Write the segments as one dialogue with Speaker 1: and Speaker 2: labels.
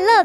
Speaker 1: 乐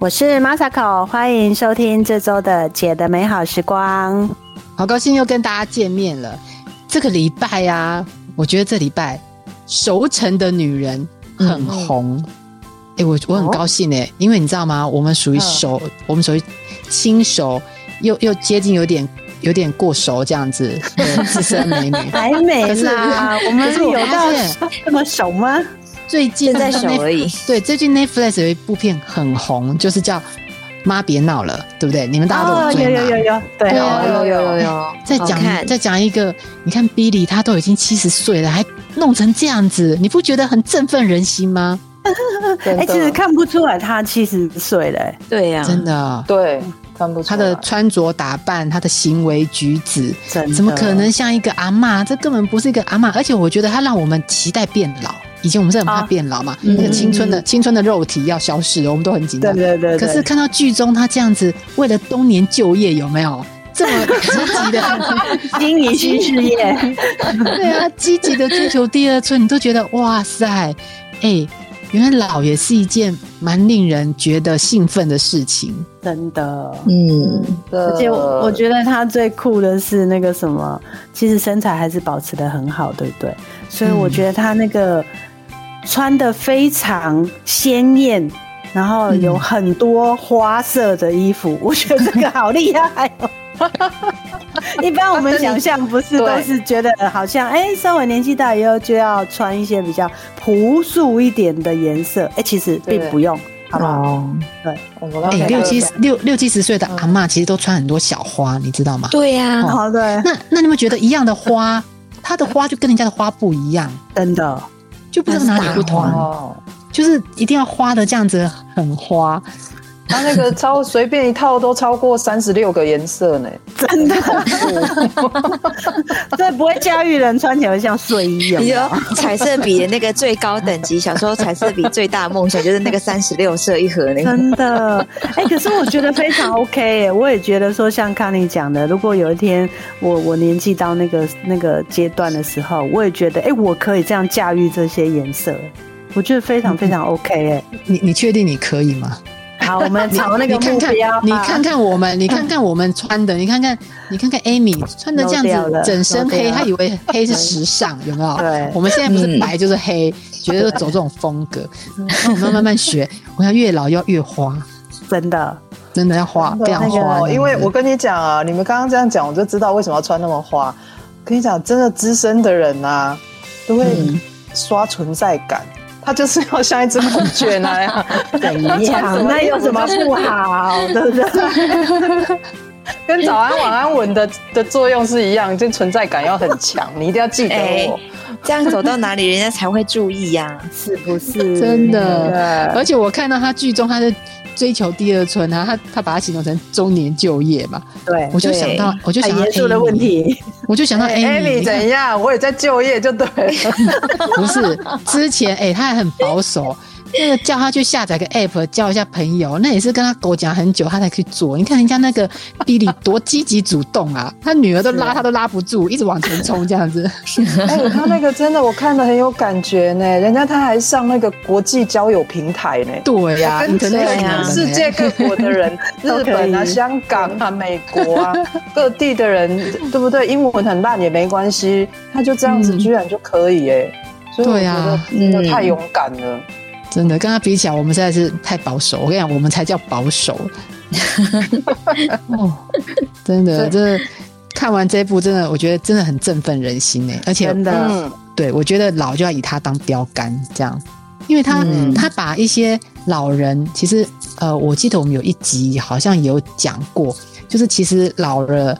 Speaker 2: 我是 Masako，欢迎收听这周的《姐的美好时光》。
Speaker 3: 好高兴又跟大家见面了。这个礼拜啊，我觉得这礼拜熟成的女人
Speaker 2: 嗯
Speaker 3: 很红。哎、我我
Speaker 2: 哦
Speaker 3: 很高兴哎、因为你知道吗？我们
Speaker 2: 嗯
Speaker 3: 属于熟，我们属于轻熟，又又接近有点有点过熟这样子 的资深美女。
Speaker 2: 还没
Speaker 3: 可是
Speaker 2: 啦，我
Speaker 3: 可
Speaker 2: 们
Speaker 3: 是我
Speaker 2: 有
Speaker 3: 发
Speaker 2: 到
Speaker 3: 现
Speaker 2: 这么熟吗？
Speaker 3: 最近
Speaker 4: 现在手而已。
Speaker 3: 对，最近 Netflix 有一部片很红，就是叫《妈别闹了》，对不对？你们大家都
Speaker 2: 哦，
Speaker 3: 追嘛？
Speaker 2: 有有有有，对
Speaker 3: 对
Speaker 2: 哦
Speaker 3: 啊
Speaker 5: 有有有有，
Speaker 3: 再
Speaker 4: 好
Speaker 3: 讲
Speaker 4: 看
Speaker 3: 再讲一个，你看 Billy 他都已经七十岁了，还弄成这样子，你不觉得很振奋人心吗？
Speaker 5: 真
Speaker 2: 哎，其实
Speaker 5: 的，
Speaker 2: 看不出来他七十岁了，哎
Speaker 4: 对啊呀、
Speaker 3: 真的，
Speaker 5: 对，看不出
Speaker 3: 他的
Speaker 5: 来
Speaker 3: 穿着打扮，他的行为举止，
Speaker 2: 真的
Speaker 3: 怎么可能像一个阿嬷？这根本不是一个阿嬷，而且我觉得他让我们期待变老。以前我们是很怕
Speaker 2: 啊
Speaker 3: 变老嘛，
Speaker 4: 嗯
Speaker 3: 那个青春的青春的肉体要消失了，我们都很紧
Speaker 2: 对
Speaker 3: 张。
Speaker 2: 对对，
Speaker 3: 可是看到剧中他这样子，为了中年就业，有没有这 么积极的？
Speaker 2: 对经营新事业，
Speaker 3: 对啊，积极的追求第二春，你都觉得哇塞，哎、原来老也是一件蛮令人觉得兴奋的事情。
Speaker 2: 真的。
Speaker 4: 嗯，
Speaker 5: 的，
Speaker 2: 而且我
Speaker 3: 呃
Speaker 2: 我觉得他最酷的是那个什么，其实身材还是保持的很好，对不对？所以我觉得他那个穿的非常鲜艳，然后
Speaker 3: 嗯
Speaker 2: 有很多花色的衣服，我觉得这个好厉害 哦。一般我们想象不是都是觉得好像哎、稍微年纪大以后就要穿一些比较朴素一点的颜色，哎、其实并不用，好不好？
Speaker 4: 哦，
Speaker 5: 我们刚
Speaker 3: 哎、
Speaker 5: 才
Speaker 3: 六七
Speaker 5: 看
Speaker 3: 十六六七十岁的阿嬷其实都穿很多小花，你知道吗？
Speaker 4: 对呀、
Speaker 3: 哦
Speaker 2: 好的，
Speaker 3: 那那你有没有觉得一样的花，它的花就跟人家的花不一样，
Speaker 2: 真的，
Speaker 3: 就不知道哪里不
Speaker 4: 那是大
Speaker 3: 同，
Speaker 5: 哦，
Speaker 3: 就是一定要花的这样子很花。
Speaker 5: 他啊那个超随便一套都超过三十六个颜色呢，
Speaker 2: 真的， 这不会驾驭人穿起来会像睡衣有没
Speaker 4: 你
Speaker 2: 有？
Speaker 4: 说哎彩色笔的那个最高等级，小时候彩色笔最大的梦想就是那个三十六色一盒那个。
Speaker 2: 真的，哎、可是我觉得非常 OK 耶、我也觉得说，像康宁讲的，如果有一天我我年纪到那个那个阶段的时候，我也觉得，哎、我可以这样驾驭这些颜色，我觉得非常非常 OK 哎、
Speaker 3: 你你确定你可以吗？
Speaker 2: 好，我们朝那
Speaker 3: 你
Speaker 2: 个
Speaker 3: 看
Speaker 2: 目
Speaker 3: 看
Speaker 2: 标吧，
Speaker 3: 你看看我 们，你看看我们穿的，你看看，你看看 Amy 穿的这样
Speaker 2: 漏掉
Speaker 3: 子，
Speaker 2: 了
Speaker 3: 整身
Speaker 2: 漏
Speaker 3: 黑，
Speaker 2: 掉了
Speaker 3: 她以为黑 是时尚，有没有？
Speaker 2: 对嗯
Speaker 3: 我们现在不是白就是黑，觉得走这种风格，然后 我们要慢慢学，我要越老要越花，
Speaker 2: 真的，
Speaker 3: 真的要花，非常花
Speaker 5: 哦，
Speaker 3: 这样子。
Speaker 5: 因为我跟你讲啊，你们刚刚这样讲，我就知道为什么要穿那么花。跟你讲，真的资深的人啊，都会
Speaker 3: 嗯
Speaker 5: 刷存在感，他就是要像一只孔雀 那样，
Speaker 2: 怎
Speaker 5: 他穿什
Speaker 2: 样？
Speaker 5: 么
Speaker 2: 那
Speaker 5: 衣
Speaker 2: 有
Speaker 5: 服
Speaker 2: 什么不好？对不对？
Speaker 5: 跟早安晚安吻的的作用是一样，就存在感要很强，你一定要记得
Speaker 4: 哎
Speaker 5: 我。
Speaker 4: 这样走到哪里人家才会注意啊呀、
Speaker 2: 是不是？
Speaker 3: 真的
Speaker 2: 对
Speaker 3: 而且我看到他剧中，他是追求第二春啊，他他把它形容成中年就业嘛，
Speaker 2: 对，
Speaker 3: 我就想到，我就想
Speaker 2: 很
Speaker 3: 到
Speaker 2: 严肃的
Speaker 3: Amy，
Speaker 2: 问 题。
Speaker 3: 我就想到
Speaker 5: 哎
Speaker 3: Amy，
Speaker 5: Amy
Speaker 3: 你看
Speaker 5: 怎样？我也在就业，就对了。
Speaker 3: 不是，之 前哎、他还很保守，那个叫他去下载个 app 交一下朋友，那也是跟他狗讲很久，他才去做。你看人家那个比利多积极主动啊，他女儿都拉他都拉不住，一直往前冲这样 子。
Speaker 5: 哎、他那个真的，我看了很有感觉呢。人家他还上那个国际交友平台呢，
Speaker 3: 对呀、
Speaker 5: 跟
Speaker 3: 可能
Speaker 4: 对
Speaker 3: 有可
Speaker 4: 啊
Speaker 3: 能
Speaker 5: 世界各国的人，
Speaker 2: 都可以
Speaker 5: 日本啊、香港啊、美国啊，各地的人，对不对？英文很烂也没关系，他就这样子，
Speaker 3: 嗯
Speaker 5: 居然就可以哎。所以我
Speaker 3: 对
Speaker 5: 觉得
Speaker 3: 啊
Speaker 5: 真的
Speaker 4: 嗯
Speaker 5: 太勇敢了。
Speaker 3: 真的跟他比起来，我们实在是太保守。我跟你讲，我们才叫保 守。哦，真的，这看完这部，真的，我觉得真的很振奋人心呢。而且
Speaker 2: 真的
Speaker 5: 嗯，
Speaker 3: 对，我觉得老就要以他当标杆，这样，因为他、
Speaker 4: 嗯
Speaker 3: 他把一些老人，其实呃，我记得我们有一集好像有讲过，就是其实老了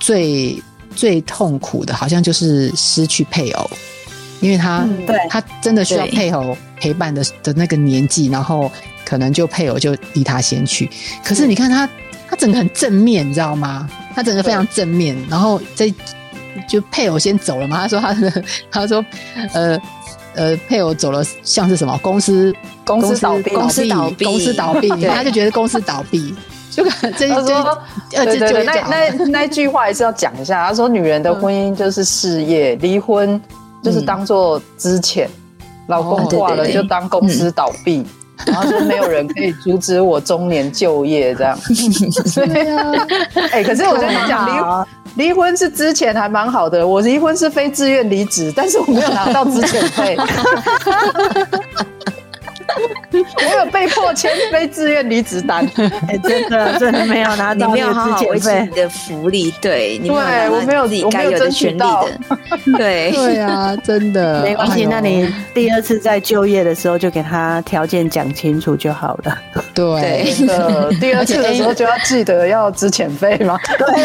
Speaker 3: 最最痛苦的，好像就是失去配偶，因为他、
Speaker 5: 嗯
Speaker 2: 对
Speaker 3: 他真的需要
Speaker 4: 对
Speaker 3: 配偶陪伴的的那个年纪，然后可能就配偶就离他先去。可是你看他，他他整个很正面，你知道吗？他整个非常正面。然后这就配偶先走了嘛，他说他的， 他说呃呃，配偶走了，像是什么公司
Speaker 5: 公司倒闭
Speaker 3: 公司倒闭，
Speaker 4: 公
Speaker 3: 公
Speaker 4: 司
Speaker 3: 司
Speaker 4: 倒
Speaker 3: 倒
Speaker 4: 闭
Speaker 3: 闭，
Speaker 4: 对
Speaker 3: 他就觉得公司倒闭，就这这
Speaker 5: 他
Speaker 3: 就
Speaker 5: 说
Speaker 3: 呃这
Speaker 5: 对对
Speaker 3: 就会
Speaker 5: 对，那
Speaker 3: 讲
Speaker 5: 那那句话还是要讲一下。他说，女人的婚姻就是事业，离婚就是当做资遣，老公挂
Speaker 4: 哦对
Speaker 5: 了
Speaker 4: 对
Speaker 5: 就
Speaker 4: 对
Speaker 5: 当公司倒闭。
Speaker 3: 嗯
Speaker 5: 然后说没有人可以阻止我中年就业 这样，
Speaker 3: 对啊，
Speaker 5: 哎、可是我跟你讲，离
Speaker 2: 好
Speaker 5: 离婚是之前还蛮好的，我离婚是非自愿离职，但是我没有拿到资 遣费，我有被迫签非自愿离职单，
Speaker 2: 哎，真的真的没有拿
Speaker 4: 啊你
Speaker 2: 到
Speaker 4: 没
Speaker 2: 那
Speaker 4: 有好
Speaker 2: 个
Speaker 4: 好
Speaker 2: 资遣
Speaker 4: 维持你
Speaker 2: 费，
Speaker 4: 的福利，对，你
Speaker 5: 对我
Speaker 4: 没
Speaker 5: 没有
Speaker 4: 有拿到你自
Speaker 5: 我
Speaker 4: 己
Speaker 5: 没
Speaker 4: 该
Speaker 5: 有
Speaker 4: 有
Speaker 5: 争
Speaker 4: 的
Speaker 5: 取
Speaker 4: 权利
Speaker 5: 到
Speaker 4: 的， 对，
Speaker 3: 对啊，真的
Speaker 2: 没关系。
Speaker 3: 哎呦
Speaker 2: 呃那你第二次再就业的时候，就给他条件讲清楚就好了。
Speaker 3: 对
Speaker 4: 对
Speaker 5: 真的，第二次的时候
Speaker 3: 哎
Speaker 5: 就要记得要支遣费嘛。
Speaker 3: 对，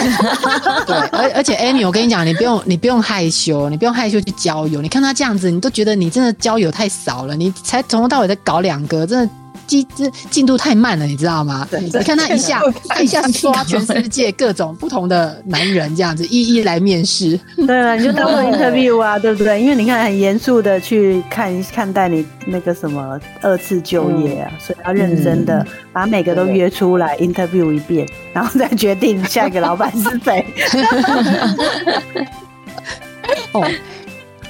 Speaker 3: 而而且 Amy，我跟你讲，你不用你不用害羞，你不用害羞去交友。你看他这样子，你都觉得你真的交友太少了，你才从头到尾在搞两个，真的。进这进度太慢了，你知道吗？你看他一下，他一下刷全世界各种不同的男人，这样子一一来面试。
Speaker 2: 对啊，你就当做 interview 啊，对不对？因为你看很严肃的去看看待你那个什么二次就业啊，所以要认真的把每个都约出来 interview 一遍，然后再决定下一个老板是 谁。
Speaker 3: 哦，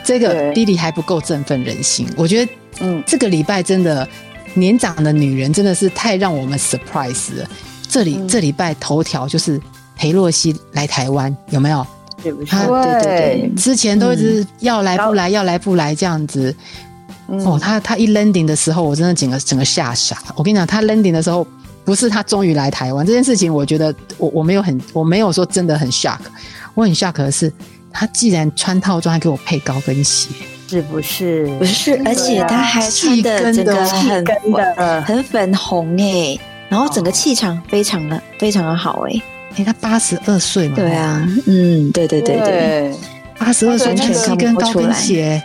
Speaker 3: 这个
Speaker 5: 对
Speaker 3: 弟弟还不够振奋人心。我觉得，嗯
Speaker 5: 嗯，
Speaker 3: 这个礼拜真的年长的女人真的是太让我们 surprise 了。这里、这礼拜头条就是裴洛西来台湾，有没有？
Speaker 2: 啊对不起，
Speaker 3: 他
Speaker 5: 对
Speaker 4: 对
Speaker 3: 之前都一直要来不来，要来不来这样子。
Speaker 5: 嗯
Speaker 3: 哦，他他一 landing 的时候，我真的整个整个吓傻。我跟你讲，他 landing 的时候，不是他终于来台湾这件事情，我觉得我我没有很我没有说真的很 shock，我很 shock 的是，他既然穿套装，还给我配高跟鞋，
Speaker 2: 是不是？
Speaker 4: 不是，而且他还穿的整个
Speaker 3: 细
Speaker 4: 很
Speaker 2: 跟的
Speaker 4: 很粉红哎，然后整个气场非常的非常的好哎，
Speaker 3: 诶，他八十二岁嘛，哦
Speaker 4: 对，啊，嗯，对对对对，
Speaker 3: 八十二岁
Speaker 5: 完
Speaker 3: 穿
Speaker 5: 全
Speaker 3: 细
Speaker 4: 看不
Speaker 3: 跟高
Speaker 4: 出
Speaker 3: 跟
Speaker 4: 来
Speaker 3: 鞋，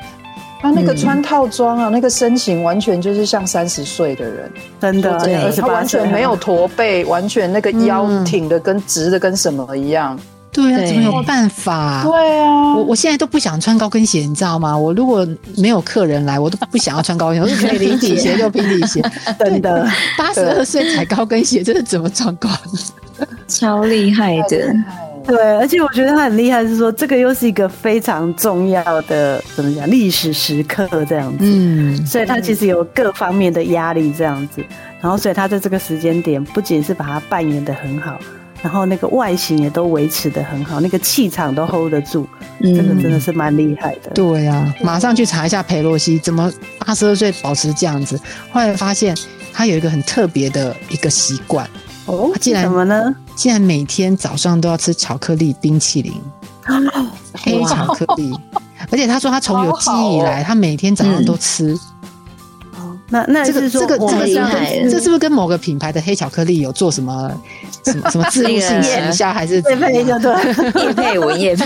Speaker 5: 他啊那个穿套装啊，那个身形完全就是像三十岁的人，
Speaker 2: 真的，啊
Speaker 4: 对
Speaker 2: 二十
Speaker 5: 他
Speaker 2: 八
Speaker 5: 完全没有驼背，完全那个腰
Speaker 3: 嗯
Speaker 5: 挺的跟直的跟什么一样。
Speaker 3: 对啊，
Speaker 4: 对
Speaker 3: 怎么有办法？
Speaker 5: 对啊
Speaker 3: 嗯我，我现在都不想穿高跟鞋，你知道吗？我如果没有客人来，我都不想要穿高跟鞋，我就可以平底鞋就平底鞋。
Speaker 2: 真的，
Speaker 3: 八十二岁踩高跟鞋，这是怎么状况？
Speaker 4: 超厉害的，
Speaker 2: 对，而且我觉得他很厉害，是说这个又是一个非常重要的怎么讲历史时刻这样子。
Speaker 3: 嗯，
Speaker 2: 所以他其实有各方面的压力这样子，然后所以他在这个时间点不仅是把它扮演的很好，然后那个外形也都维持的很好，那个气场都 hold 得住，这个
Speaker 4: 嗯，
Speaker 2: 真的是蛮厉害的。
Speaker 3: 对呀、马上去查一下裴洛西怎么八十二岁保持这样子。后来发现他有一个很特别的一个习惯，
Speaker 2: 哦
Speaker 3: 啊既然
Speaker 2: 什么呢？
Speaker 3: 竟然每天早上都要吃巧克力冰淇淋，哦黑巧克力。而且他说他从有记忆以来，他每天早上都吃。
Speaker 2: 那那
Speaker 3: 这个
Speaker 2: 是说
Speaker 3: 这个
Speaker 2: 我
Speaker 3: 这
Speaker 2: 们
Speaker 3: 个是
Speaker 4: 厉
Speaker 3: 要
Speaker 4: 害
Speaker 3: 跟
Speaker 4: 了
Speaker 3: 这是不是跟某个品牌的黑巧克力有做什么什么什 么植入性行销还是
Speaker 2: 对
Speaker 3: 怎么
Speaker 2: 配
Speaker 3: 样？
Speaker 2: 就 对，
Speaker 4: 叶佩文 叶佩，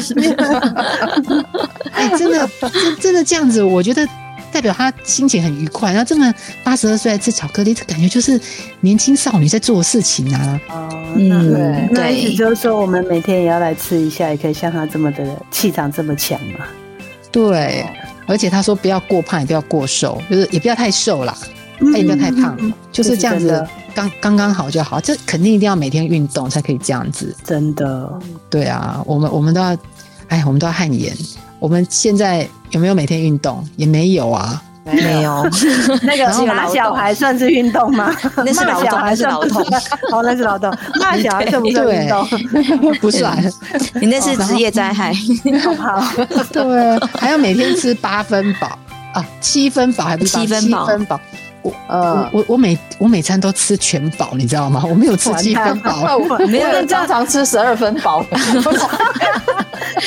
Speaker 3: 哎，真的真真的这样子，我觉得代表他心情很愉快。然后这么八十二岁还吃巧克力，这感觉就是年轻少女在做的事情啊！
Speaker 2: 哦，那
Speaker 4: 嗯，
Speaker 2: 那意思
Speaker 4: 对，
Speaker 2: 就是说我们每天也要来吃一下，也可以像他这么的气场这么强嘛。
Speaker 3: 对，而且他说不要过胖，也不要过瘦，就是也不要太瘦啦，但
Speaker 2: 嗯
Speaker 3: 也不要太胖，就是这样
Speaker 2: 这是真
Speaker 3: 子
Speaker 2: 的，
Speaker 3: 刚刚刚好就好。这肯定一定要每天运动才可以这样子。
Speaker 2: 真的，
Speaker 4: 嗯
Speaker 3: 对啊，我们我们都要，哎，我们都要汗颜。我们现在有没有每天运动？也没有啊。
Speaker 4: 没有，
Speaker 2: 那个
Speaker 4: 只有劳
Speaker 2: 打
Speaker 4: 动
Speaker 2: 小孩算是运动吗？
Speaker 4: 那是劳
Speaker 2: 骂
Speaker 4: 动
Speaker 2: 小孩
Speaker 4: 那是
Speaker 2: 算
Speaker 4: 劳
Speaker 2: 不
Speaker 4: 动
Speaker 2: 算， 哦，那是劳 动，骂小孩算不算运动？
Speaker 3: 不是啊，
Speaker 4: 你那是职业灾害，
Speaker 2: 好，
Speaker 3: 对啊，还要每天吃八分饱啊，七分饱还不是八
Speaker 4: 七分饱
Speaker 3: 七分饱。我
Speaker 5: 嗯
Speaker 3: 我我我每我每餐都吃全饱，你知道吗？我没有吃七分饱。
Speaker 5: 没
Speaker 4: 没有
Speaker 5: 有人常常吃十二分饱，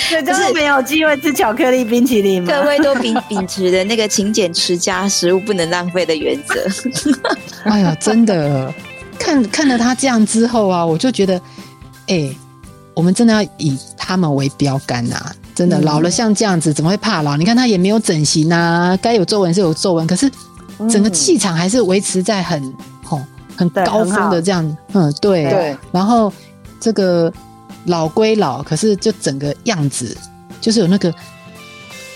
Speaker 2: 所以就是没有机会吃巧克力冰淇淋嘛。
Speaker 4: 各位都秉秉持的那个勤俭持家、食物不能浪费的原则，
Speaker 3: 哎呀，真的，看看了他这样之后啊，我就觉得，哎、我们真的要以他们为标杆啊！真的，老了像这样子，怎么会怕老？你看他也没有整形啊，该有皱纹是有皱纹，可是整个气场还是维持在很吼、很
Speaker 2: 对
Speaker 3: 高
Speaker 2: 很
Speaker 3: 峰
Speaker 2: 好
Speaker 3: 的这样。嗯，对。
Speaker 5: 对
Speaker 3: 然后这个老归老，可是就整个样子就是有那个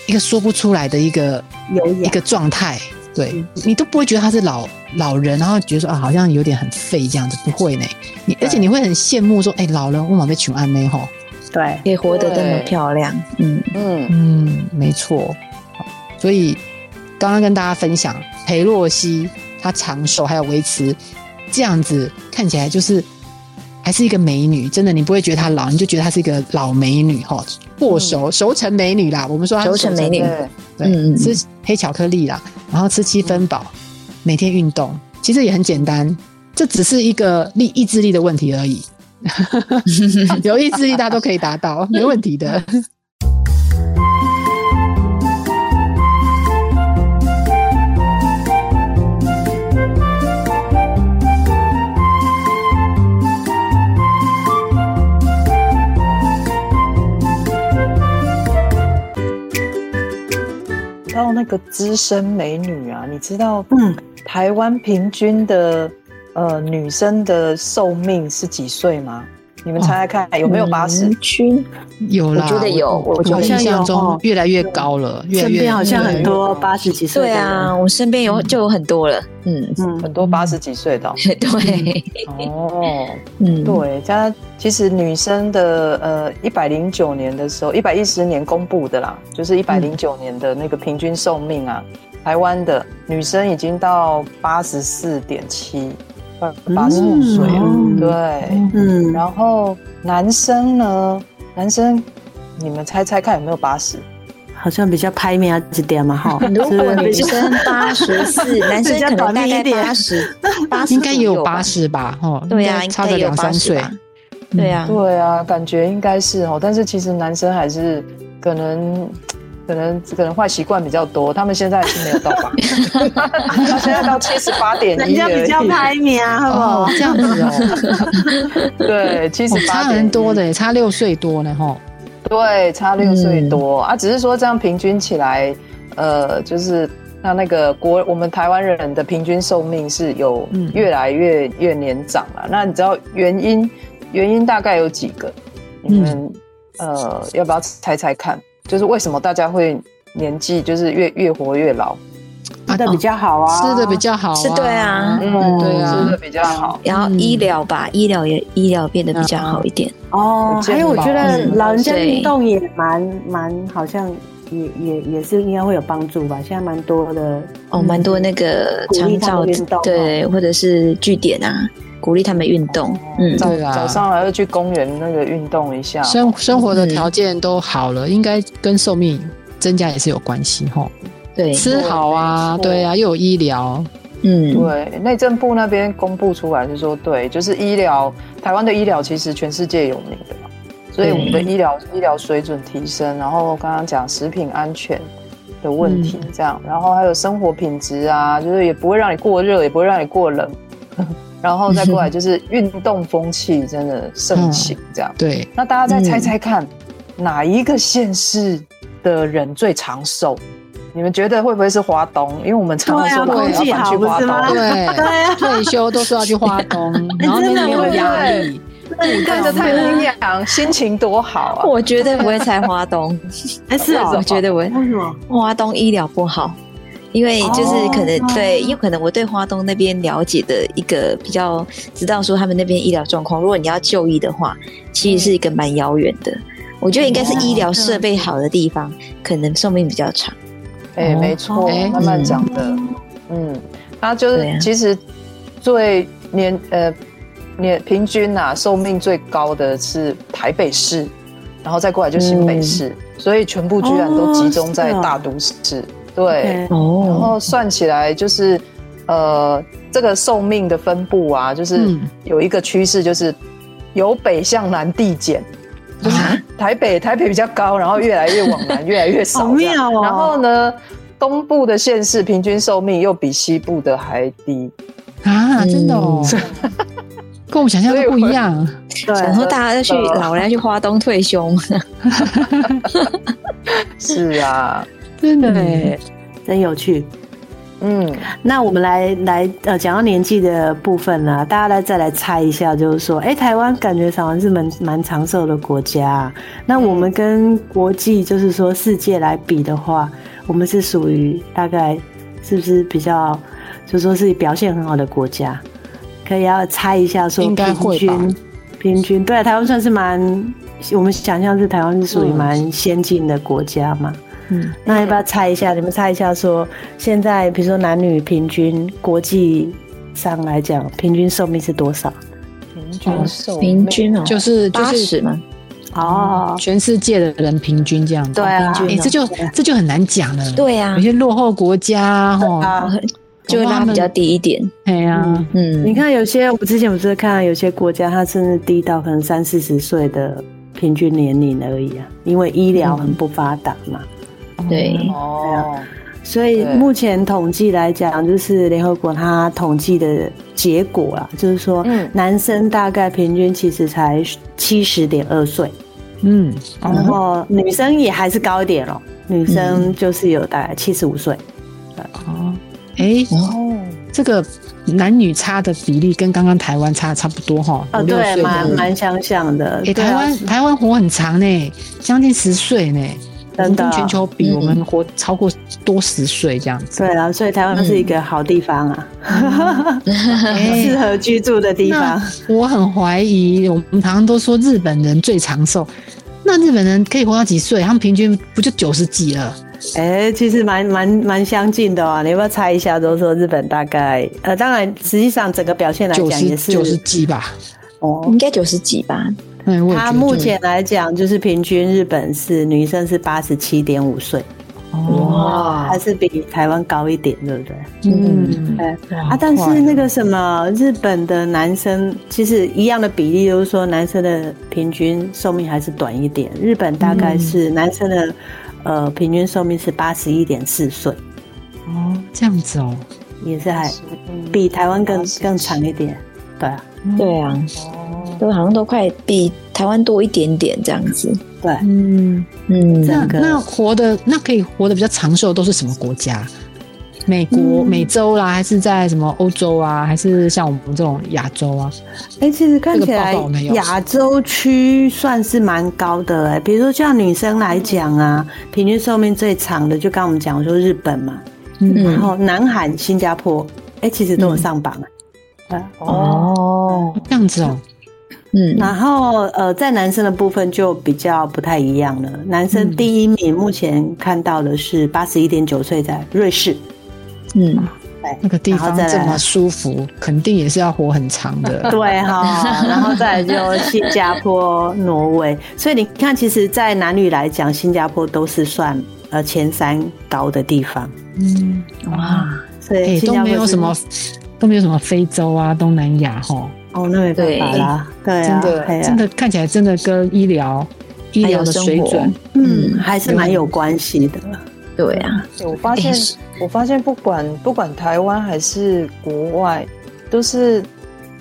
Speaker 3: 一个说不出来的一个
Speaker 2: 有
Speaker 3: 一
Speaker 2: 雅
Speaker 3: 个状态，对你都不会觉得他是老老人，然后觉得说啊好像有点很废这样子，不会呢。你而且你会很羡慕说，哎、老人我马被群安妹吼，
Speaker 2: 对，
Speaker 4: 也活得这么漂亮，嗯，
Speaker 5: 嗯，
Speaker 3: 嗯，没错。所以刚刚跟大家分享，裴洛西她长寿还有维持这样子，看起来就是还是一个美女。真的，你不会觉得她老，你就觉得她是一个老美女哈，过熟、熟成美女啦。我们说她是
Speaker 4: 熟成美女
Speaker 5: 对，
Speaker 3: 对，
Speaker 4: 嗯嗯
Speaker 3: 吃黑巧克力啦，然后吃七分饱，每天运动，其实也很简单。这只是一个力意志力的问题而已，有意志力大家都可以达到，没问题的。
Speaker 5: 到那个资深美女啊，你知道，
Speaker 2: 嗯，
Speaker 5: 台湾平均的呃女生的寿命是几岁吗？你们猜猜看，有
Speaker 4: 嗯
Speaker 5: 没有八十、
Speaker 4: 均
Speaker 3: 有啦，
Speaker 4: 我觉得有我觉
Speaker 2: 得
Speaker 3: 印
Speaker 2: 有
Speaker 3: 象中
Speaker 2: 哦
Speaker 3: 越来越高了，越来
Speaker 2: 身
Speaker 3: 越
Speaker 2: 边好像很多
Speaker 5: 对
Speaker 2: 八十几岁的
Speaker 4: 对
Speaker 2: 人，
Speaker 4: 啊，我身边有就有很多了，嗯，
Speaker 2: 嗯，
Speaker 5: 很多八十几岁的哦、
Speaker 4: 对，
Speaker 5: 哦，
Speaker 4: 嗯，
Speaker 5: 对，加其实女生的呃，一百零九年的时候，一百一十年公布的啦，就是一百零九年的那个平均寿命啊，台湾的女生已经到八十四点七，八十五岁了，
Speaker 2: 嗯
Speaker 5: 对。
Speaker 2: 嗯，
Speaker 5: 然后男生呢，男生，你们猜猜看有没有八十？
Speaker 2: 好像比较拍面一点嘛哈。
Speaker 4: 如
Speaker 2: 就
Speaker 4: 果
Speaker 2: 是
Speaker 4: 女
Speaker 2: 比较
Speaker 4: 生八十四，男生可能大概八十，八十
Speaker 3: 应该也有八，十吧，哦，
Speaker 4: 对
Speaker 3: 呀、
Speaker 4: 呀，应
Speaker 3: 差
Speaker 4: 该
Speaker 3: 个
Speaker 4: 也有
Speaker 3: 两三
Speaker 4: 80
Speaker 3: 岁
Speaker 4: 吧，对呀，
Speaker 5: 对啊，感觉应该是哦，但是其实男生还是可能。可能可能坏习惯比较多，他们现在是没有到八， 他现在到七十八点
Speaker 2: 人
Speaker 5: 一，
Speaker 2: 家比较拍面啊，好不好
Speaker 3: 哦，？这样子哦，
Speaker 5: 对，七
Speaker 3: 哦
Speaker 5: 十
Speaker 3: 差
Speaker 5: 八
Speaker 3: 蛮多的，差六岁多呢，吼，
Speaker 5: 对，差六
Speaker 3: 嗯
Speaker 5: 岁多、啊，只是说这样平均起来，呃，就是那那个国我们台湾人的平均寿命是有
Speaker 3: 嗯
Speaker 5: 越来越、越年长了。那你知道原因？原因大概有几个？
Speaker 3: 嗯
Speaker 5: 你们、呃，要不要猜猜看？就是为什么大家会年纪就是越越活越老？
Speaker 2: 吃的比较好啊，
Speaker 3: 吃哦的比较好、啊，
Speaker 4: 是对啊，
Speaker 2: 嗯
Speaker 3: 对啊
Speaker 5: 吃的比较好。
Speaker 4: 然后医疗吧，医疗也医疗变得比较好一点，
Speaker 2: 哦，还有我觉得
Speaker 4: 嗯
Speaker 2: 老人家
Speaker 4: 对
Speaker 2: 运动也蛮蛮，好像也也也是应该会有帮助吧。现在蛮多的，
Speaker 4: 哦，蛮多那个长照对，或者是据点啊，鼓励他们运动，嗯，
Speaker 5: 早
Speaker 3: 对啊
Speaker 5: 早上还要去公园那个运动一下，
Speaker 3: 生生活的条件都好了，应该跟寿命增加也是有关系，吼，
Speaker 4: 对，
Speaker 3: 吃好啊，
Speaker 5: 没错
Speaker 3: 对啊，又有医疗，
Speaker 4: 嗯，
Speaker 5: 对，内政部那边公布出来是说，对，就是医疗，台湾的医疗其实全世界有名的嘛，所以我们的医疗医疗水准提升，然后刚刚讲食品安全的问题，这样，然后还有生活品质啊，就是也不会让你过热，也不会让你过冷， 然后再过来就是运动风气真的盛行，这样。
Speaker 3: 对，
Speaker 5: 那大家再猜猜看，哪一个县市的人最长寿？你们觉得会不会是华东？因为我们常
Speaker 2: 对啊
Speaker 5: 常说老人
Speaker 2: 空气
Speaker 5: 要搬
Speaker 2: 好
Speaker 5: 去
Speaker 2: 不
Speaker 5: 华
Speaker 2: 是
Speaker 5: 东，
Speaker 2: 吗
Speaker 3: 对，
Speaker 4: 哎
Speaker 2: 啊，
Speaker 3: 退休都说要去花东，然后那边没有压力， 啊嗯
Speaker 5: 看着太平洋， 心情多好啊！
Speaker 4: 我绝对不会猜花东，
Speaker 2: 哎是
Speaker 4: 我
Speaker 2: 哦，
Speaker 4: 觉得我
Speaker 2: 为什么？
Speaker 4: 花东医疗不好，因为就是可能、
Speaker 2: 哦
Speaker 4: 对，因为可能我对花东那边了解的一个比较知道说他们那边医疗状况，如果你要就医的话，其实是一个蛮遥远的。我觉得应该是医疗设备好的地方，可能寿命比较长。
Speaker 5: 哎、没错，
Speaker 3: 哎
Speaker 5: 慢慢讲的，嗯，他就
Speaker 4: 对啊
Speaker 5: 是其实最年呃年平均呐、啊、寿命最高的是台北市，然后再过来就新北市，所以全部居然都集中在
Speaker 2: 哦
Speaker 5: 大都市，对。
Speaker 2: OK
Speaker 5: 然
Speaker 4: 哦，
Speaker 5: 后算起来就是，呃，这个寿命的分布啊，就是
Speaker 3: 嗯
Speaker 5: 有一个趋势，就是由北向南递减，就是台北台北比较高，然后越来越往南，越来越少
Speaker 2: 好
Speaker 5: 这样。
Speaker 2: 妙哦
Speaker 5: 然后呢，东部的县市平均寿命又比西部的还低，
Speaker 3: 啊，真的哦，
Speaker 2: 嗯
Speaker 3: 跟我们想象的不一样，
Speaker 4: 哦想
Speaker 2: 对，
Speaker 4: 说大家要去
Speaker 5: 真的
Speaker 4: 老人要去花东退休嘛？
Speaker 5: 是啊，啊
Speaker 3: 真的
Speaker 2: 真有趣。
Speaker 5: 嗯，
Speaker 2: 那我们来来呃，讲到年纪的部分啦，大家来再来猜一下，就是说，哎、台湾感觉好像是蛮蛮长寿的国家啊、那我们跟国际，就是说世界来比的话，我们是属于大概是不是比较，就说是表现很好的国家？可以要猜一下，说
Speaker 3: 应该
Speaker 2: 平
Speaker 3: 会吧
Speaker 2: 均平均对啊台湾算是蛮，我们想象是台湾是属
Speaker 3: 嗯
Speaker 2: 于蛮先进的国家嘛。
Speaker 4: 嗯，
Speaker 2: 那要不要猜一下？你们猜一下说现在比如说男女平均国际上来讲，平均寿命是多少？
Speaker 5: 嗯平均寿命
Speaker 4: 平均哦，
Speaker 3: 就是就
Speaker 4: 八
Speaker 3: 是
Speaker 4: 十嘛，
Speaker 2: 哦，
Speaker 3: 全世界的人平均这样子。
Speaker 2: 对啊，
Speaker 4: 平
Speaker 3: 哎、
Speaker 4: 均哦
Speaker 3: 这就这就很难讲了。、
Speaker 4: 对呀
Speaker 3: 嗯有，些落后国家哈，
Speaker 2: 啊，
Speaker 4: 就会拉比较低一点。
Speaker 3: 哎呀、
Speaker 2: 嗯
Speaker 4: 嗯
Speaker 2: 你，看有些我之前不是看到有些国家，它甚至低到可能三四十岁的平均年龄而已啊，因为医疗很不发达嘛。
Speaker 4: 对，
Speaker 5: 哦，
Speaker 2: 所以
Speaker 5: 对
Speaker 2: 目前统计来讲，就是联合国它统计的结果啊，就是说
Speaker 5: 嗯，
Speaker 2: 男生大概平均其实才七十点二岁，
Speaker 3: 嗯，
Speaker 2: 然后女生也还是高一点哦，女生就是有大概七十五岁。
Speaker 3: 哦，哎、
Speaker 5: 哦，
Speaker 3: 这个男女差的比例跟刚刚台湾差差不多哈，
Speaker 2: 哦，
Speaker 3: 五六
Speaker 2: 对，
Speaker 3: 岁
Speaker 2: 蛮
Speaker 3: 的。
Speaker 2: 蛮相像的。
Speaker 3: 哎、
Speaker 2: 对啊
Speaker 3: 台湾台湾活很长呢，将近十岁呢。
Speaker 2: 真的啊
Speaker 3: 跟全球比，
Speaker 4: 嗯
Speaker 3: 我们活超过多十岁这样 子。
Speaker 2: 对啊，所以台湾是一个好地方啊，
Speaker 3: 哎
Speaker 2: 适合居住的地方。
Speaker 3: 那我很怀疑，我们常常都说日本人最长寿，那日本人可以活到几岁？他们平均不就九十几了？
Speaker 2: 哎、其实蛮蛮蛮相近的哦。你要不要猜一下？都说日本大概呃，当然实际上整个表现来
Speaker 3: 九
Speaker 2: 讲也
Speaker 3: 十
Speaker 2: 是
Speaker 3: 九十几吧？
Speaker 2: 哦
Speaker 4: 应。该九十几吧，
Speaker 3: 嗯，我也觉
Speaker 2: 他
Speaker 3: 得
Speaker 2: 目前来讲，就是平均日本是女生是八十七点五岁，
Speaker 3: 哦，
Speaker 2: 还是比台湾高一点，对不对？
Speaker 3: 嗯
Speaker 2: 对
Speaker 3: 哇
Speaker 2: 啊，但
Speaker 3: 快
Speaker 2: 是那个什么，日本的男生其实一样的比例，就是说男生的平均寿命还是短一点。日本大
Speaker 3: 嗯
Speaker 2: 概是男生的、呃平均寿命是八十一点四岁，
Speaker 3: 哦，这样子哦，
Speaker 2: 也是还
Speaker 5: 嗯
Speaker 2: 比台湾更
Speaker 5: 87
Speaker 2: 更长一点。对啊，
Speaker 4: 对啊，
Speaker 5: 哦，
Speaker 4: 都好像都快比台湾多一点点这样子。
Speaker 2: 对，
Speaker 3: 嗯，
Speaker 4: 嗯，
Speaker 3: 那
Speaker 2: 整个
Speaker 3: 那活的那可以活得比较长寿都是什么国家？美国、
Speaker 2: 嗯
Speaker 3: 美洲啊啦，还是在什么欧洲啊，还是像我们这种亚洲啊？
Speaker 2: 哎、其实看起
Speaker 3: 这
Speaker 2: 来
Speaker 3: 个报告没有
Speaker 2: 亚洲区算是蛮高的哎、比如说像女生来讲啊，平均寿命最长的，就刚我们讲说日本嘛，然
Speaker 4: 嗯，
Speaker 2: 后南韩、新加坡，哎、其实都有上榜啊。对啊
Speaker 5: 哦，
Speaker 4: 哦，
Speaker 3: 这样子哦，
Speaker 4: 嗯，
Speaker 2: 然后呃，在男生的部分就比较不太一样了。男生第一名目前看到的是八十一点九岁，在瑞士。
Speaker 4: 嗯，
Speaker 2: 对，
Speaker 3: 那个地
Speaker 2: 然
Speaker 3: 方
Speaker 2: 后再来
Speaker 3: 这么舒服，肯定也是要活很长的。
Speaker 2: 对啊哈、然后再来就新加坡、挪威。所以你看，其实，在男女来讲，新加坡都是算呃前三高的地方。
Speaker 3: 嗯，哇，
Speaker 2: 所以
Speaker 3: 哎，
Speaker 2: 新
Speaker 3: 都
Speaker 2: 加坡
Speaker 3: 没有
Speaker 2: 是
Speaker 3: 什么，都没有什么非洲啊、东南亚哈，
Speaker 2: 哦，那没办法啦，对
Speaker 3: 真
Speaker 2: 啊，
Speaker 3: 的
Speaker 2: 哎呀
Speaker 3: 真的看起来真的跟医疗医疗的水
Speaker 4: 还有生
Speaker 3: 准
Speaker 4: 活，
Speaker 2: 嗯，还是蛮有关系的。
Speaker 4: 对啊，
Speaker 5: 我发
Speaker 4: 哎
Speaker 5: 现
Speaker 4: 是，
Speaker 5: 我发现不管不管台湾还是国外，都是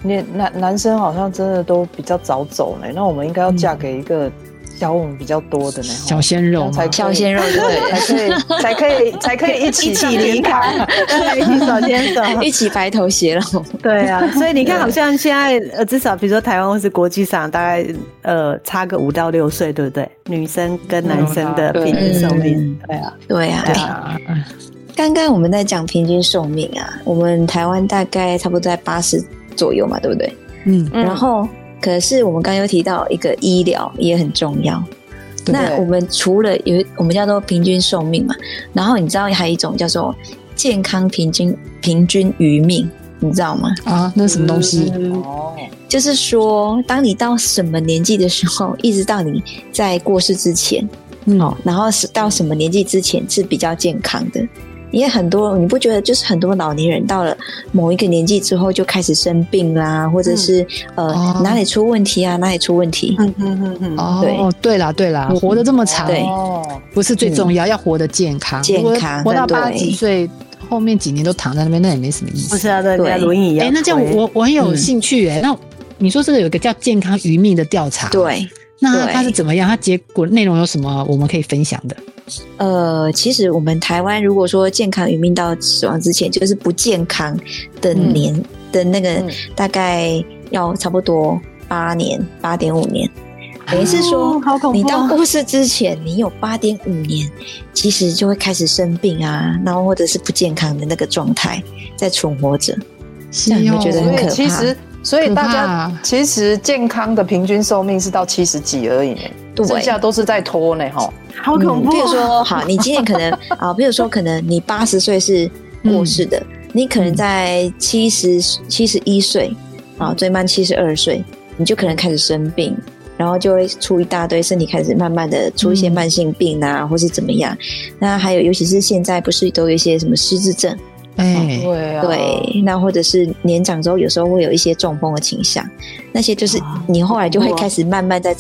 Speaker 5: 年男男生好像真的都比较早走呢。那我们应该要嫁给一个小我们比较多的呢，
Speaker 3: 小鲜肉啊
Speaker 5: 这
Speaker 3: 嘛
Speaker 5: 样才可以
Speaker 4: 嗯小鲜肉
Speaker 5: 对，才可以才可以才可以 一起
Speaker 2: 一起离开，对，一起手牵手，
Speaker 4: 哎 一起白头偕老。
Speaker 2: 对啊，所以你看，好像现在呃，至少比如说台湾或是国际上，大概呃差个五到六岁，对不对？女生跟男生的平均寿命，对啊，
Speaker 4: 对啊，
Speaker 2: 对
Speaker 4: 哎
Speaker 3: 啊，
Speaker 4: 刚刚我们在讲平均寿命啊，我们台湾大概差不多在八十左右嘛，对不对？
Speaker 3: 嗯，
Speaker 5: 嗯
Speaker 4: 然后，可是我们刚刚有提到一个医疗也很重要。
Speaker 3: 对
Speaker 4: 那我们除了有我们叫做平均寿命嘛，然后你知道还有一种叫做健康平均平均余命，你知道吗？
Speaker 3: 啊，那是什么东西？
Speaker 2: 嗯
Speaker 5: 哦，
Speaker 4: 就是说，当你到什么年纪的时候，一直到你在过世之前，
Speaker 3: 嗯哦，
Speaker 4: 然后是到什么年纪之前是比较健康的。因为很多你不觉得，就是很多老年人到了某一个年纪之后就开始生病啦，或者是、
Speaker 3: 哦
Speaker 4: 呃哪里出问题啊，哪里出问题。
Speaker 2: 嗯嗯嗯嗯，
Speaker 3: 哦，对啦，对啦，活得这么长，
Speaker 4: 对
Speaker 5: 哦
Speaker 3: 不是最重要，要活得健康。
Speaker 4: 健
Speaker 3: 活
Speaker 4: 康
Speaker 3: 活到
Speaker 4: 对
Speaker 3: 八十几岁，后面几年都躺在那边，那也没什么意
Speaker 2: 不
Speaker 3: 思。
Speaker 2: 是啊，对，人家轮椅
Speaker 3: 哎、
Speaker 2: 要
Speaker 3: 那这样
Speaker 2: 推
Speaker 3: 我我很有
Speaker 4: 嗯
Speaker 3: 兴趣哎、那你说这个有一个叫健康余命的调查，，
Speaker 4: 对，
Speaker 3: 那它
Speaker 4: 对
Speaker 3: 它是怎么样？它结果内容有什么我们可以分享的？
Speaker 4: 呃，其实我们台湾如果说健康与命到死亡之前，就是不健康的年、的那个
Speaker 5: 嗯，
Speaker 4: 大概要差不多八年，八点五年。等于是说，
Speaker 2: 哦好恐怖啊
Speaker 4: 你当护士之前，你有八点五年，其实就会开始生病啊，然后或者是不健康的那个状态在存活着，这样你会觉得
Speaker 5: 所
Speaker 4: 很可
Speaker 5: 以
Speaker 4: 怕。
Speaker 5: 哦其实，所以大
Speaker 3: 可怕
Speaker 5: 家其实健康的平均寿命是到七十几而已呢，
Speaker 4: 对
Speaker 5: 剩下都是在拖呢哈。
Speaker 2: 好恐怖、
Speaker 4: 嗯比
Speaker 2: 啊
Speaker 4: 如说，好，你今年可能啊，比如说可能你八十岁是
Speaker 2: 嗯
Speaker 4: 过世的，你可能在七十七十一岁啊，最慢七十二岁，你就可能开始生病。然后就会出一大堆，身体开始慢慢的
Speaker 2: 嗯
Speaker 4: 出一些慢性病啊，或是怎么样。那还有，尤其是现在不是都有一些什么失智症，
Speaker 3: 哎，
Speaker 5: 对啊，
Speaker 4: 对，那或者是年长之后，有时候会有一些中风的倾向，那些就是你后来就会开始慢慢在，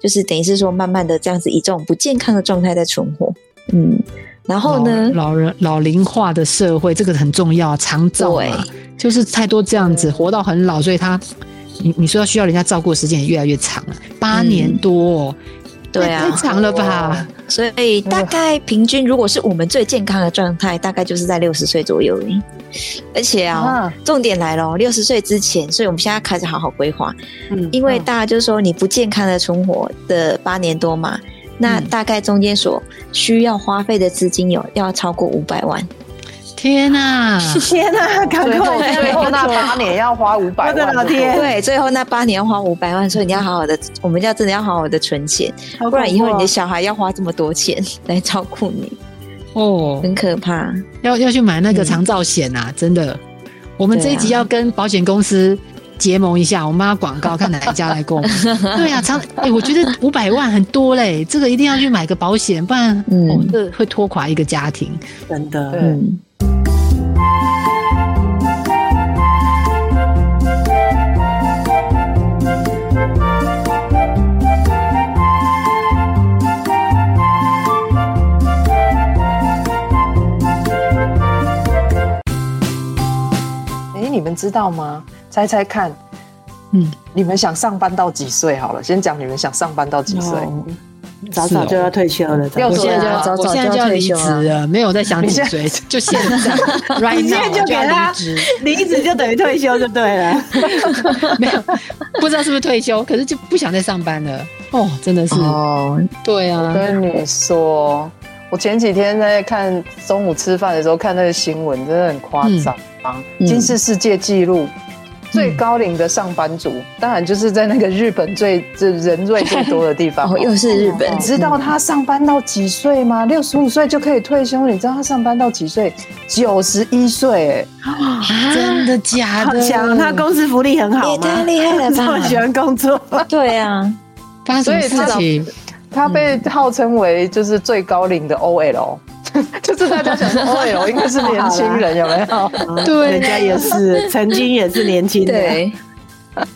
Speaker 4: 就是等于是说慢慢的这样子以这种不健康的状态在存活，嗯，然后呢，
Speaker 3: 老老人老龄化的社会，这个很重要，长照
Speaker 4: 对嗯
Speaker 3: 嘛，就是太多这样子活到很老，所以他，你你说要需要人家照顾的时间也越来越长了，八
Speaker 4: 嗯
Speaker 3: 年多哦，
Speaker 4: 对
Speaker 3: 太太
Speaker 4: 啊，
Speaker 3: 长了吧？
Speaker 4: 所以大概平均如果是我们最健康的状态，大概就是在六十岁左右而已，而且啊，
Speaker 5: 啊，
Speaker 4: 重点来了，六十岁之前，所以我们现在开始好好规划，
Speaker 2: 嗯
Speaker 4: 因为大家就说你不健康的存活的八年多嘛，那大概中间所需要花费的资金有要超过五百万，
Speaker 3: 天啊哪、
Speaker 2: 天哪、赶
Speaker 5: 嗯最后
Speaker 2: 快！
Speaker 5: 最后那八年要花五百
Speaker 2: 我的
Speaker 5: 万，
Speaker 2: 老天
Speaker 4: 对，最后那八年要花五百万，所以你要好好的，我们要真的要好好的存钱，
Speaker 2: 好恐怖啊
Speaker 4: 不然以后你的小孩要花这么多钱来照顾你，
Speaker 3: 哦，
Speaker 4: 很可怕。
Speaker 3: 要要去买那个长照险啊，真的。我们这一集
Speaker 4: 嗯对啊
Speaker 3: 要跟保险公司结盟一下，我们帮他广告，看哪一家来购买。 对啊，长哎、我觉得五百万很多嘞，这个一定要去买个保险，不然
Speaker 4: 嗯
Speaker 3: 哦，这会拖垮一个家庭。
Speaker 2: 真的
Speaker 5: 对
Speaker 4: 嗯，
Speaker 5: 哎，你们知道吗？猜猜看，
Speaker 3: 嗯，
Speaker 5: 你们想上班到几岁？好了，先讲你们想上班到几岁。
Speaker 2: 哦早早就要退休了，早
Speaker 5: 六
Speaker 3: 我
Speaker 5: 十
Speaker 3: 现在就要，
Speaker 4: 对啊早早
Speaker 3: 我现在就要
Speaker 4: 就要
Speaker 3: 离
Speaker 4: 退休
Speaker 3: 职
Speaker 4: 啊
Speaker 3: 了，没有在想
Speaker 5: 你
Speaker 3: 几
Speaker 5: 现
Speaker 3: 岁，就现在，right
Speaker 2: 你现
Speaker 3: now
Speaker 2: 在
Speaker 3: 我
Speaker 2: 就
Speaker 3: 就
Speaker 2: 给
Speaker 3: 要
Speaker 2: 他
Speaker 3: 离职。
Speaker 2: 离职就等于退休就对了。
Speaker 3: 没有，不知道是不是退休，可是就不想再上班了。哦，真的是，
Speaker 4: 哦，
Speaker 3: 对啊，
Speaker 5: 跟你说，我前几天在看中午吃饭的时候看那个新闻，真的很夸张。
Speaker 4: 嗯
Speaker 5: 今世世界纪录最高龄的上班族，当然就是在那个日本最这人最最多的地 方。
Speaker 4: 哦，又是日本
Speaker 5: 你，知道他上班到几岁吗？六十五岁就可以退休。你知道他上班到几岁？九十一岁，哎，
Speaker 3: 真的假
Speaker 2: 好
Speaker 3: 的？
Speaker 2: 强，啊他公司福利很好
Speaker 4: 啊也太
Speaker 2: 吗？
Speaker 4: 厉害了
Speaker 2: 这么喜
Speaker 4: 吧？
Speaker 2: 欢工作，
Speaker 4: 对啊，
Speaker 3: 发生什
Speaker 5: 所以
Speaker 3: 么
Speaker 5: 他
Speaker 3: 事情？
Speaker 5: 他被号称为就是最高龄的 OL，、就是 大家 想说 OL 应该是年轻人，有没有？
Speaker 3: 对
Speaker 2: 人家也是，曾经也是年轻的。
Speaker 4: 对，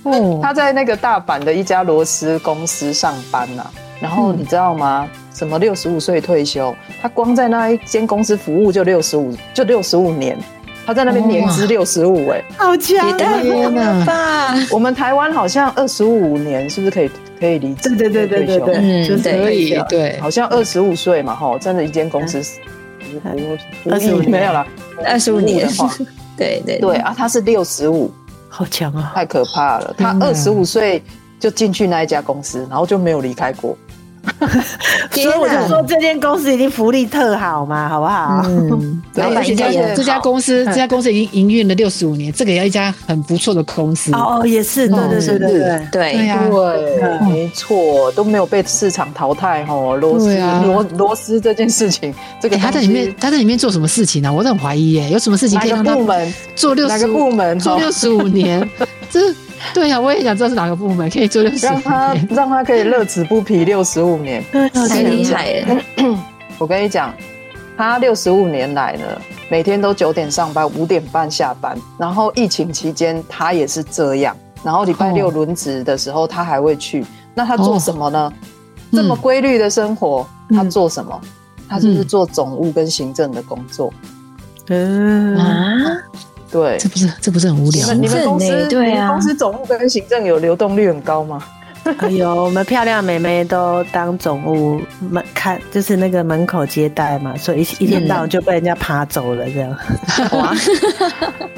Speaker 3: 哦，
Speaker 5: 他在那个大阪的一家螺丝公司上班呐、然后你知道吗？什么六十五岁退休，他光在那一间公司服务就六十五，就六十五年，他在那边年资六十五，哎，
Speaker 2: 好强
Speaker 4: 也
Speaker 2: 啊
Speaker 4: 太！厉害了吧？
Speaker 5: 我们台湾好像二十五年是不是可以可以离职？
Speaker 2: 对对对对对
Speaker 5: 可以退休
Speaker 2: 对，
Speaker 4: 嗯
Speaker 2: 就是
Speaker 4: 对
Speaker 3: 可
Speaker 2: 退
Speaker 3: 以
Speaker 2: 休，
Speaker 3: 对，
Speaker 5: 好像二十五岁嘛，吼，在那一间公司
Speaker 2: 嗯
Speaker 5: 服务，
Speaker 2: 25年
Speaker 5: 没有啦，
Speaker 4: 25年
Speaker 5: 服务的话，
Speaker 4: 对对
Speaker 5: 对，
Speaker 3: 嗯
Speaker 5: 啊，他是六十五，
Speaker 2: 好强啊！
Speaker 5: 太可怕了。他
Speaker 3: 真的
Speaker 5: 二十五岁就进去那一家公司，然后就没有离开过。
Speaker 2: 所以我就说这间公司一定福利特好嘛，好不好？
Speaker 4: 啊嗯，
Speaker 5: 对
Speaker 4: 老板应该也
Speaker 5: 而且
Speaker 3: 这
Speaker 4: 很
Speaker 3: 家
Speaker 4: 好，
Speaker 3: 公司，这家公司已经营运了六十五年，这个也要一家很不错的公司。
Speaker 2: 哦哦，也是，对对对对对。
Speaker 3: 对啊
Speaker 4: 对，
Speaker 5: 哎
Speaker 3: 呀，
Speaker 5: 对，
Speaker 3: 嗯
Speaker 5: 没错，都没有被市场淘汰吼。螺丝
Speaker 3: 对啊
Speaker 5: 螺螺丝这件事情，这个
Speaker 3: 哎他在里面，他在里面做什么事情呢？啊我都很怀疑耶，有什么事情
Speaker 5: 哪
Speaker 3: 可以
Speaker 5: 个
Speaker 3: 让他
Speaker 5: 部门？
Speaker 3: 做六
Speaker 5: 哪
Speaker 3: 十
Speaker 5: 个部
Speaker 3: 五
Speaker 5: 门
Speaker 3: 做
Speaker 5: 哈
Speaker 3: 六十五年？这对啊呀，我也想知道是哪个部门可以做六十
Speaker 5: 让
Speaker 3: 五
Speaker 5: 他
Speaker 3: 年。
Speaker 5: 让他可以乐此不疲六十五年？
Speaker 2: 对，啊
Speaker 4: 太厉害了，
Speaker 5: 我跟你讲，他六十五年来呢，每天都九点上班，五点半下班。然后疫情期间他也是这样，然后礼拜六
Speaker 3: 哦
Speaker 5: 轮值的时候他还会去。那他做
Speaker 3: 哦
Speaker 5: 什么呢？
Speaker 3: 嗯
Speaker 5: 这么规律的生活，他
Speaker 2: 嗯
Speaker 5: 做什么？他就
Speaker 3: 嗯
Speaker 5: 是做总务跟行政的工作。
Speaker 2: 嗯，
Speaker 4: 啊，
Speaker 5: 对
Speaker 3: 这，不是这不是很无
Speaker 4: 行
Speaker 3: 聊
Speaker 5: 那
Speaker 3: 吗
Speaker 5: 你？们公
Speaker 4: 政
Speaker 5: 司
Speaker 4: 欸对啊
Speaker 5: 你们公司总务跟行政有流动率很高吗？
Speaker 2: 哎呦，我们漂亮妹妹都当总务门看，就是那个门口接待嘛，所以一一天到晚就被人家爬走了这样。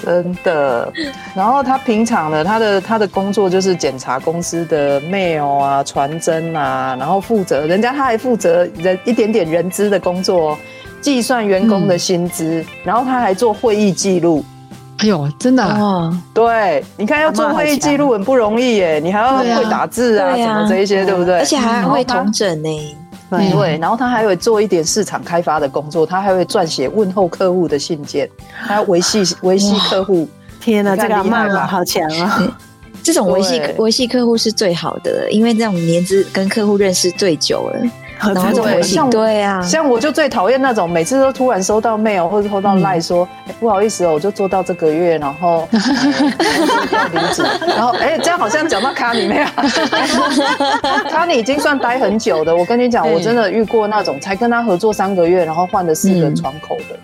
Speaker 5: 真的。然后他平常的他的他的工作就是检查公司的 mail 啊、传真啊，然后负责人家他还负责人一点点人资的工作哦，计算员工的薪资，然后他还做会议记录。
Speaker 3: 哎呦，真的啊、
Speaker 4: 哦，
Speaker 5: 对，你看要做会议记录很不容易耶，你还要
Speaker 3: 对啊
Speaker 5: 会打字啊，
Speaker 4: 对
Speaker 5: 什
Speaker 4: 啊
Speaker 5: 么这一些，对不对？嗯
Speaker 4: 而且还会
Speaker 5: 然后他
Speaker 4: 同整呢。
Speaker 3: 嗯
Speaker 2: 哎
Speaker 5: 对，然后他还会做一点市场开发的工作，他还会撰写问候客户的信件，还要维系维系客户。
Speaker 2: 天哪，
Speaker 5: 你
Speaker 2: 这
Speaker 5: 看
Speaker 2: 个阿
Speaker 5: 厉害
Speaker 2: 曼
Speaker 5: 吧
Speaker 2: 好强啊！
Speaker 4: 嗯这种维系
Speaker 5: 对
Speaker 4: 维系客户是最好的，因为这种年资跟客户认识最久了，然后这种
Speaker 5: 对
Speaker 4: 维系
Speaker 5: 像我
Speaker 4: 对
Speaker 3: 嗯
Speaker 4: 啊，
Speaker 5: 像我就最讨厌那种每次都突然收到 mail 或者收到
Speaker 3: 嗯
Speaker 5: line 说、哎不好意思哦，我就做到这个月，然 后、哎要离职，然后哎、这样好像讲到卡里 面啊，卡里已经算待很久的。我跟你讲，
Speaker 3: 对
Speaker 5: 我真的遇过那种才跟他合作三个月，然后换了四个
Speaker 3: 嗯
Speaker 5: 窗口的。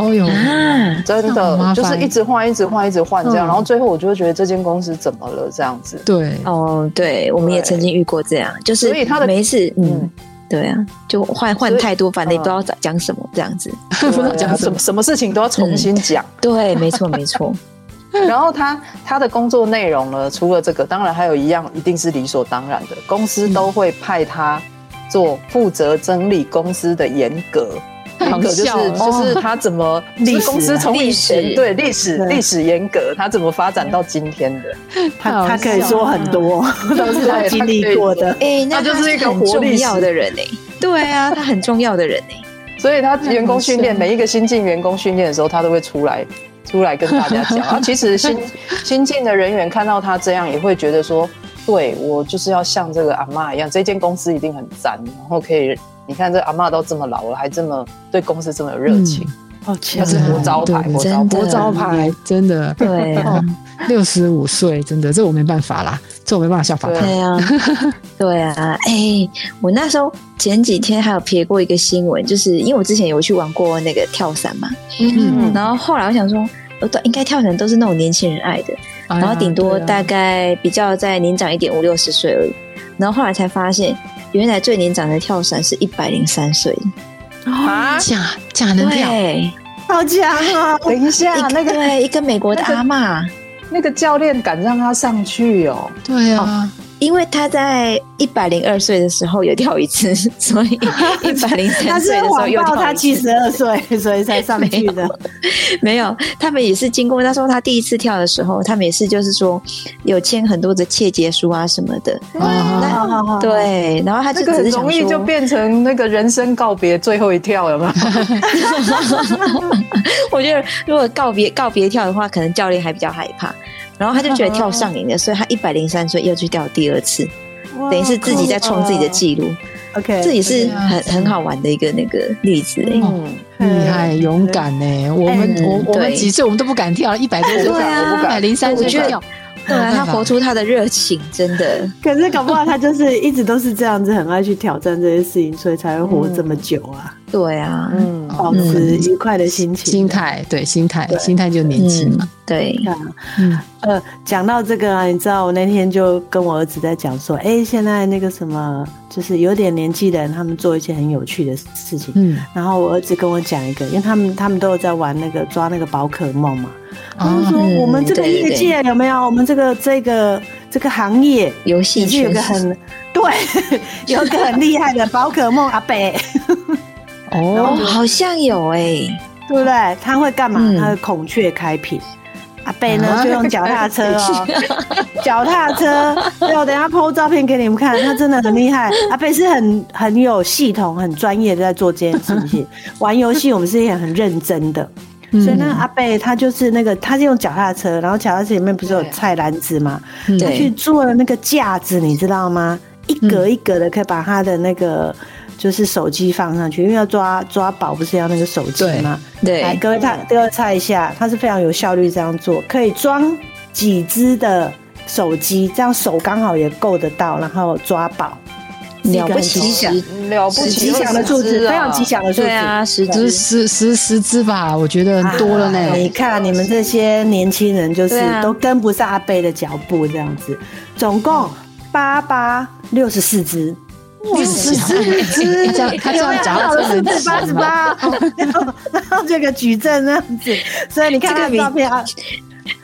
Speaker 3: 哦呦，
Speaker 4: 啊，
Speaker 5: 真
Speaker 3: 这样很麻
Speaker 5: 的
Speaker 3: 烦
Speaker 5: 就是一直换，一直换，一直换这样，
Speaker 3: 嗯
Speaker 5: 然后最后我就会觉得这间公司怎么了这样子。
Speaker 3: 对，
Speaker 4: 哦，对，我们也
Speaker 5: 对
Speaker 4: 曾经遇过这样，就是
Speaker 5: 所以他的
Speaker 4: 每一次，嗯
Speaker 5: 嗯，
Speaker 4: 对啊，就换换
Speaker 5: 所以
Speaker 4: 太多，反正也
Speaker 5: 嗯
Speaker 4: 不知道讲什么这样子。
Speaker 3: 不知道
Speaker 5: 对啊
Speaker 3: 讲什
Speaker 5: 什么
Speaker 3: 么，
Speaker 5: 什么事情都要重新讲。
Speaker 4: 对，没错，没错，
Speaker 5: 然后他他的工作内容呢，除了这个，当然还有一样，一定是理所当然的，公司都会派他做负责整理公司的严格。
Speaker 3: 太好
Speaker 5: 严格就是
Speaker 3: 笑了
Speaker 5: 就是他怎么
Speaker 2: 历
Speaker 5: 就是
Speaker 2: 史
Speaker 5: 公司从以前
Speaker 4: 历史
Speaker 5: 对历史
Speaker 2: 对
Speaker 5: 历史严格，他怎么发展到今天的？
Speaker 2: 他他可以
Speaker 3: 好笑
Speaker 2: 说
Speaker 4: 啊
Speaker 2: 很多， 都是他经历过的。
Speaker 4: 哎，那
Speaker 5: 他就是
Speaker 4: 是
Speaker 5: 一个
Speaker 4: 很
Speaker 5: 活
Speaker 4: 重
Speaker 5: 历史
Speaker 4: 要的人呢。对啊，他很重要的人呢。欸
Speaker 5: 所以他员工训练，
Speaker 3: 那很
Speaker 5: 每一个新进员工训练的时候，他都会出来出来跟大家讲。啊，其实新新进的人员看到他这样，也会觉得说，对我就是要像这个阿嬷一样，这间公司一定很赞，然后可以。你看这阿嬷都这么老了，还这么对公司这么有热情，
Speaker 2: 好
Speaker 5: 那、
Speaker 2: 强啊
Speaker 5: 是
Speaker 3: 嗯
Speaker 5: 活招牌，
Speaker 3: 对
Speaker 5: 活招
Speaker 4: 真的
Speaker 5: 牌
Speaker 3: 国招牌真的。
Speaker 4: 对啊，
Speaker 3: 六十五岁，真的，这我没办法啦，这我没办法效仿他。
Speaker 4: 对啊，对啊，哎、我那时候前几天还有瞥过一个新闻，就是因为我之前有去玩过那个跳伞嘛，
Speaker 3: 嗯
Speaker 4: 然后后来我想说，呃，对，应该跳伞都是那种年轻人爱的，
Speaker 3: 哎呀
Speaker 4: 然后顶多
Speaker 3: 对啊
Speaker 4: 大概比较在年长一点，五六十岁而已。然后后来才发现，原来最年长的跳伞是一百零三岁，
Speaker 5: 啊！
Speaker 3: 假假能跳，
Speaker 4: 对，
Speaker 2: 好强啊！
Speaker 5: 等哎一下
Speaker 4: 一，
Speaker 5: 那个
Speaker 4: 对一个美国的阿嬷。
Speaker 5: 那个教练敢让他上去哦，
Speaker 3: 对啊，
Speaker 4: 因为她在一百零二岁的时候有跳一次，所以一百零
Speaker 2: 他
Speaker 4: 三
Speaker 2: 是
Speaker 4: 岁的时候
Speaker 2: 谎
Speaker 4: 又
Speaker 2: 报
Speaker 4: 跳
Speaker 2: 他
Speaker 4: 一次
Speaker 2: 七十二岁， 所以才上去的。
Speaker 4: 没有，他们也是经过那时候他第一次跳的时候，他们也是就是说有签很多的切结书啊什么的，
Speaker 3: 啊，
Speaker 2: 哦好好好，
Speaker 4: 对，然后他就
Speaker 5: 这
Speaker 4: 只
Speaker 5: 个
Speaker 4: 是
Speaker 5: 很
Speaker 4: 想
Speaker 5: 容易
Speaker 4: 说，
Speaker 5: 就变成那个人生告别最后一跳了嘛。
Speaker 4: 我觉得如果告别告别跳的话，可能教练还比较害怕。然后他就觉得跳上瘾了，所以他一百零三岁又去跳第二次，
Speaker 2: 哇，
Speaker 4: 等于是自己在创自己的记录，
Speaker 2: 哦 OK，
Speaker 4: 这也是
Speaker 3: 对啊
Speaker 4: 很很好玩的一个那个例子哎、
Speaker 5: 嗯，
Speaker 3: 厉害勇敢呢！我们
Speaker 4: 嗯
Speaker 3: 我我们
Speaker 4: 对
Speaker 3: 几岁我们都不敢跳，一百多岁
Speaker 5: 我
Speaker 3: 跳，
Speaker 5: 不敢，
Speaker 4: 啊
Speaker 5: 我
Speaker 3: 一
Speaker 5: 不
Speaker 3: 百
Speaker 5: 敢。
Speaker 3: 零三岁
Speaker 4: 我觉得
Speaker 3: 跳，
Speaker 4: 对啊，他活出他的热情，真的，
Speaker 2: 可是搞不好他就是一直都是这样子，很爱去挑战这些事情，所以才会活这么久啊，
Speaker 4: 对啊，
Speaker 5: 嗯，
Speaker 2: 保持愉快的心情。啊
Speaker 3: 心态，对心态，心态就年轻嘛。
Speaker 4: 对，
Speaker 3: 嗯，
Speaker 2: 呃，讲到这个啊，你知道我那天就跟我儿子在讲说，哎、现在那个什么，就是有点年纪的人，他们做一些很有趣的事情。
Speaker 3: 嗯，
Speaker 2: 然后我儿子跟我讲一个，因为他们他们都有在玩那个抓那个宝可梦嘛。他们说
Speaker 3: 哦，
Speaker 2: 我们这个
Speaker 4: 嗯对
Speaker 2: 业界有没有？我们这个这个这个行业
Speaker 4: 游戏
Speaker 2: 已经有
Speaker 4: 圈
Speaker 2: 个很 对，有个很厉害的宝可梦阿北，
Speaker 3: 哦，
Speaker 4: 哦，好像有哎、
Speaker 2: 对不对？他会干嘛
Speaker 4: 嗯？
Speaker 2: 他会孔雀开屏。阿贝呢
Speaker 3: 啊
Speaker 2: 就用脚踏车哦，脚踏车。对，我等一下 PO 照片给你们看，他真的很厉害。阿贝是很很有系统、很专业的在做这件事情。玩游戏我们是也很认真的，
Speaker 3: 嗯
Speaker 2: 所以那个阿贝他就是那个，他是用脚踏车，然后脚踏车里面不是有
Speaker 5: 对
Speaker 2: 菜篮子嘛？
Speaker 3: 嗯
Speaker 2: 他去
Speaker 4: 对，
Speaker 2: 做了那个架子，你知道吗？一格一格的，可以把他的那个就是手机放上去，因为要抓抓宝，不是要那个手机
Speaker 3: 对
Speaker 2: 吗？来，
Speaker 4: 对，
Speaker 2: 各位看，各位猜一下，它是非常有效率这样做，可以装几只的手机，这样手刚好也够得到，然后抓宝，是一
Speaker 4: 了
Speaker 2: 个
Speaker 4: 不
Speaker 2: 很
Speaker 4: 起
Speaker 2: 吉祥
Speaker 4: 十
Speaker 5: 哦了不
Speaker 2: 很
Speaker 5: 起，
Speaker 2: 吉祥的数字，非常吉。祥的数字。
Speaker 4: 对啊，十
Speaker 3: 就是
Speaker 4: 只
Speaker 3: 十十十只吧，我觉得多了呢
Speaker 2: 哎。你看你们这些年轻人，就是
Speaker 4: 对啊
Speaker 2: 都跟不上阿贝的脚步，这样子。总共八八六十四只，
Speaker 3: 六十四只，他这
Speaker 2: 哎
Speaker 3: 样他这样讲
Speaker 2: 到
Speaker 3: 到
Speaker 2: 了
Speaker 3: 这
Speaker 2: 四
Speaker 3: 能
Speaker 2: 百八
Speaker 3: 吃
Speaker 2: 十
Speaker 3: 吗？
Speaker 2: 八，然后然后 这个矩阵那样子，所以你看
Speaker 4: 这个
Speaker 2: 他的照片啊，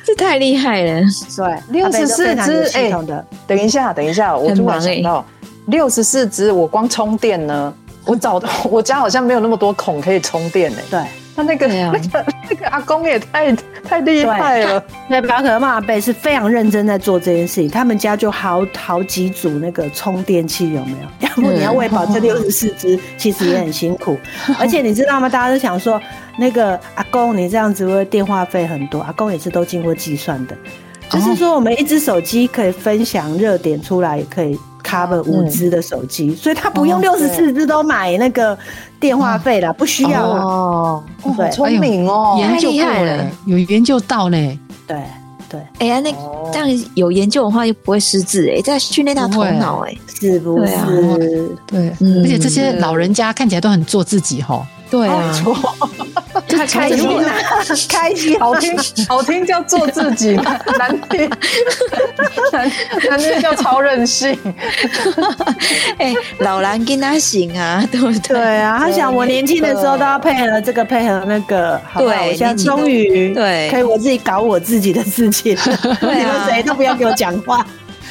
Speaker 4: 这太厉害了，
Speaker 2: 对，
Speaker 5: 六十四
Speaker 2: 它非常有
Speaker 5: 只哎
Speaker 2: 系统的，
Speaker 5: 等一下，等一下，我
Speaker 4: 很
Speaker 5: 突然
Speaker 4: 忙
Speaker 5: 想
Speaker 4: 欸
Speaker 5: 到，六十四只，我光充电呢，
Speaker 2: 嗯
Speaker 5: 我找 到我家好像没有那么多孔可以充电呢、
Speaker 2: 对。
Speaker 5: 他那个、
Speaker 4: 对啊
Speaker 5: 那个那个阿公也太太厉害了，
Speaker 2: 对，宝可梦阿贝是非常认真在做这件事情，他们家就好好几组那个充电器，有没有？ 要不你要喂饱这六十四只，其实也很辛 苦。而且你知道吗？大家都想说，那个阿公你这样子会电话费很多，阿公也是都经过计算的，就是
Speaker 4: 哦
Speaker 2: 说我们一只手机可以分享热点出来，也可以 cover 五只的手机，所以他不
Speaker 4: 哦
Speaker 2: 用六十四只都买那个电话费了，不需要啊了。
Speaker 4: 哦，
Speaker 5: 哦好
Speaker 2: 对哎
Speaker 5: 聪明哦！
Speaker 3: 研究
Speaker 4: 太厉
Speaker 3: 过
Speaker 4: 害
Speaker 3: 了
Speaker 4: 了，
Speaker 3: 有研究到呢，
Speaker 2: 对对，
Speaker 4: 哎呀，那
Speaker 5: 哦
Speaker 4: 这样有研究的话就不会失智哎，在训练到头脑哎，
Speaker 2: 是不
Speaker 4: 对啊
Speaker 2: 是？
Speaker 3: 对，
Speaker 4: 嗯
Speaker 3: 而且这些老人家看起来都很做自己哈，
Speaker 4: 对
Speaker 5: 没
Speaker 4: 啊，
Speaker 5: 错，
Speaker 4: 就
Speaker 2: 开
Speaker 4: 从
Speaker 2: 心
Speaker 4: 这个
Speaker 2: 啊， 开心，
Speaker 5: 好听好听叫做自 己，难听难难听叫超任性。
Speaker 4: 哎，老狼跟他行啊， 对不对？
Speaker 2: 对啊，他想我年轻的时候都要配合这个配合那个，好吧
Speaker 4: 对
Speaker 2: 我现在
Speaker 4: 年轻的
Speaker 2: 终于
Speaker 4: 对
Speaker 2: 可以我自己搞我自己的事情，
Speaker 4: 啊
Speaker 2: 你们谁都不要给我讲话。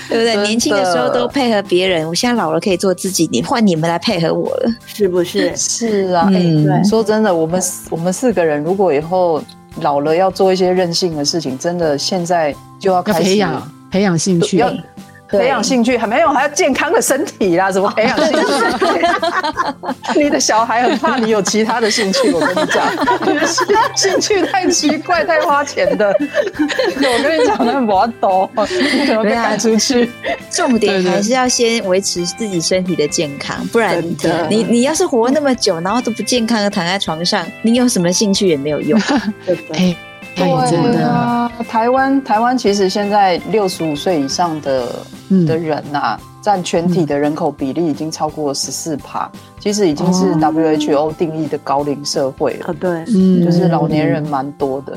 Speaker 4: 对不
Speaker 5: 真的
Speaker 4: 对？年轻的时候都配合别人，我现在老了可以做自己，你换你们来配合我了。
Speaker 2: 是不是？
Speaker 5: 是啊，哎、
Speaker 4: 嗯
Speaker 2: 对
Speaker 5: 说真的，我们四我们四个人如果以后老了要做一些任性的事情，真的现在就要
Speaker 3: 要
Speaker 5: 开始
Speaker 3: 培养培养兴趣，
Speaker 5: 要
Speaker 4: 对
Speaker 5: 培养兴趣，还没有还要健康的身体啦，怎么培养兴趣？ 你的小孩很怕你有其他的兴趣，我跟你讲，你的兴兴趣太奇怪，太花钱的。我跟你讲，那不要抖，你可能被赶出去。
Speaker 4: 重
Speaker 3: 对
Speaker 4: 点
Speaker 3: 对
Speaker 4: 还是要先维持自己身体的健康，不然
Speaker 2: 真的
Speaker 4: 你你要是活那么久，然后都不健康的躺在床上，你有什么兴趣也没有用。
Speaker 2: 对不对？
Speaker 3: 哎，哎真
Speaker 5: 对
Speaker 3: 的，
Speaker 5: 啊，台湾台湾其实现在六十五岁以上的的
Speaker 3: 嗯，
Speaker 5: 人呐、占全体的人口比例已经超过十四趴，其实已经是
Speaker 3: 哦
Speaker 5: WHO 定义的高龄社会了。
Speaker 2: 哦，对，
Speaker 3: 嗯
Speaker 5: 就是老年人蛮多的。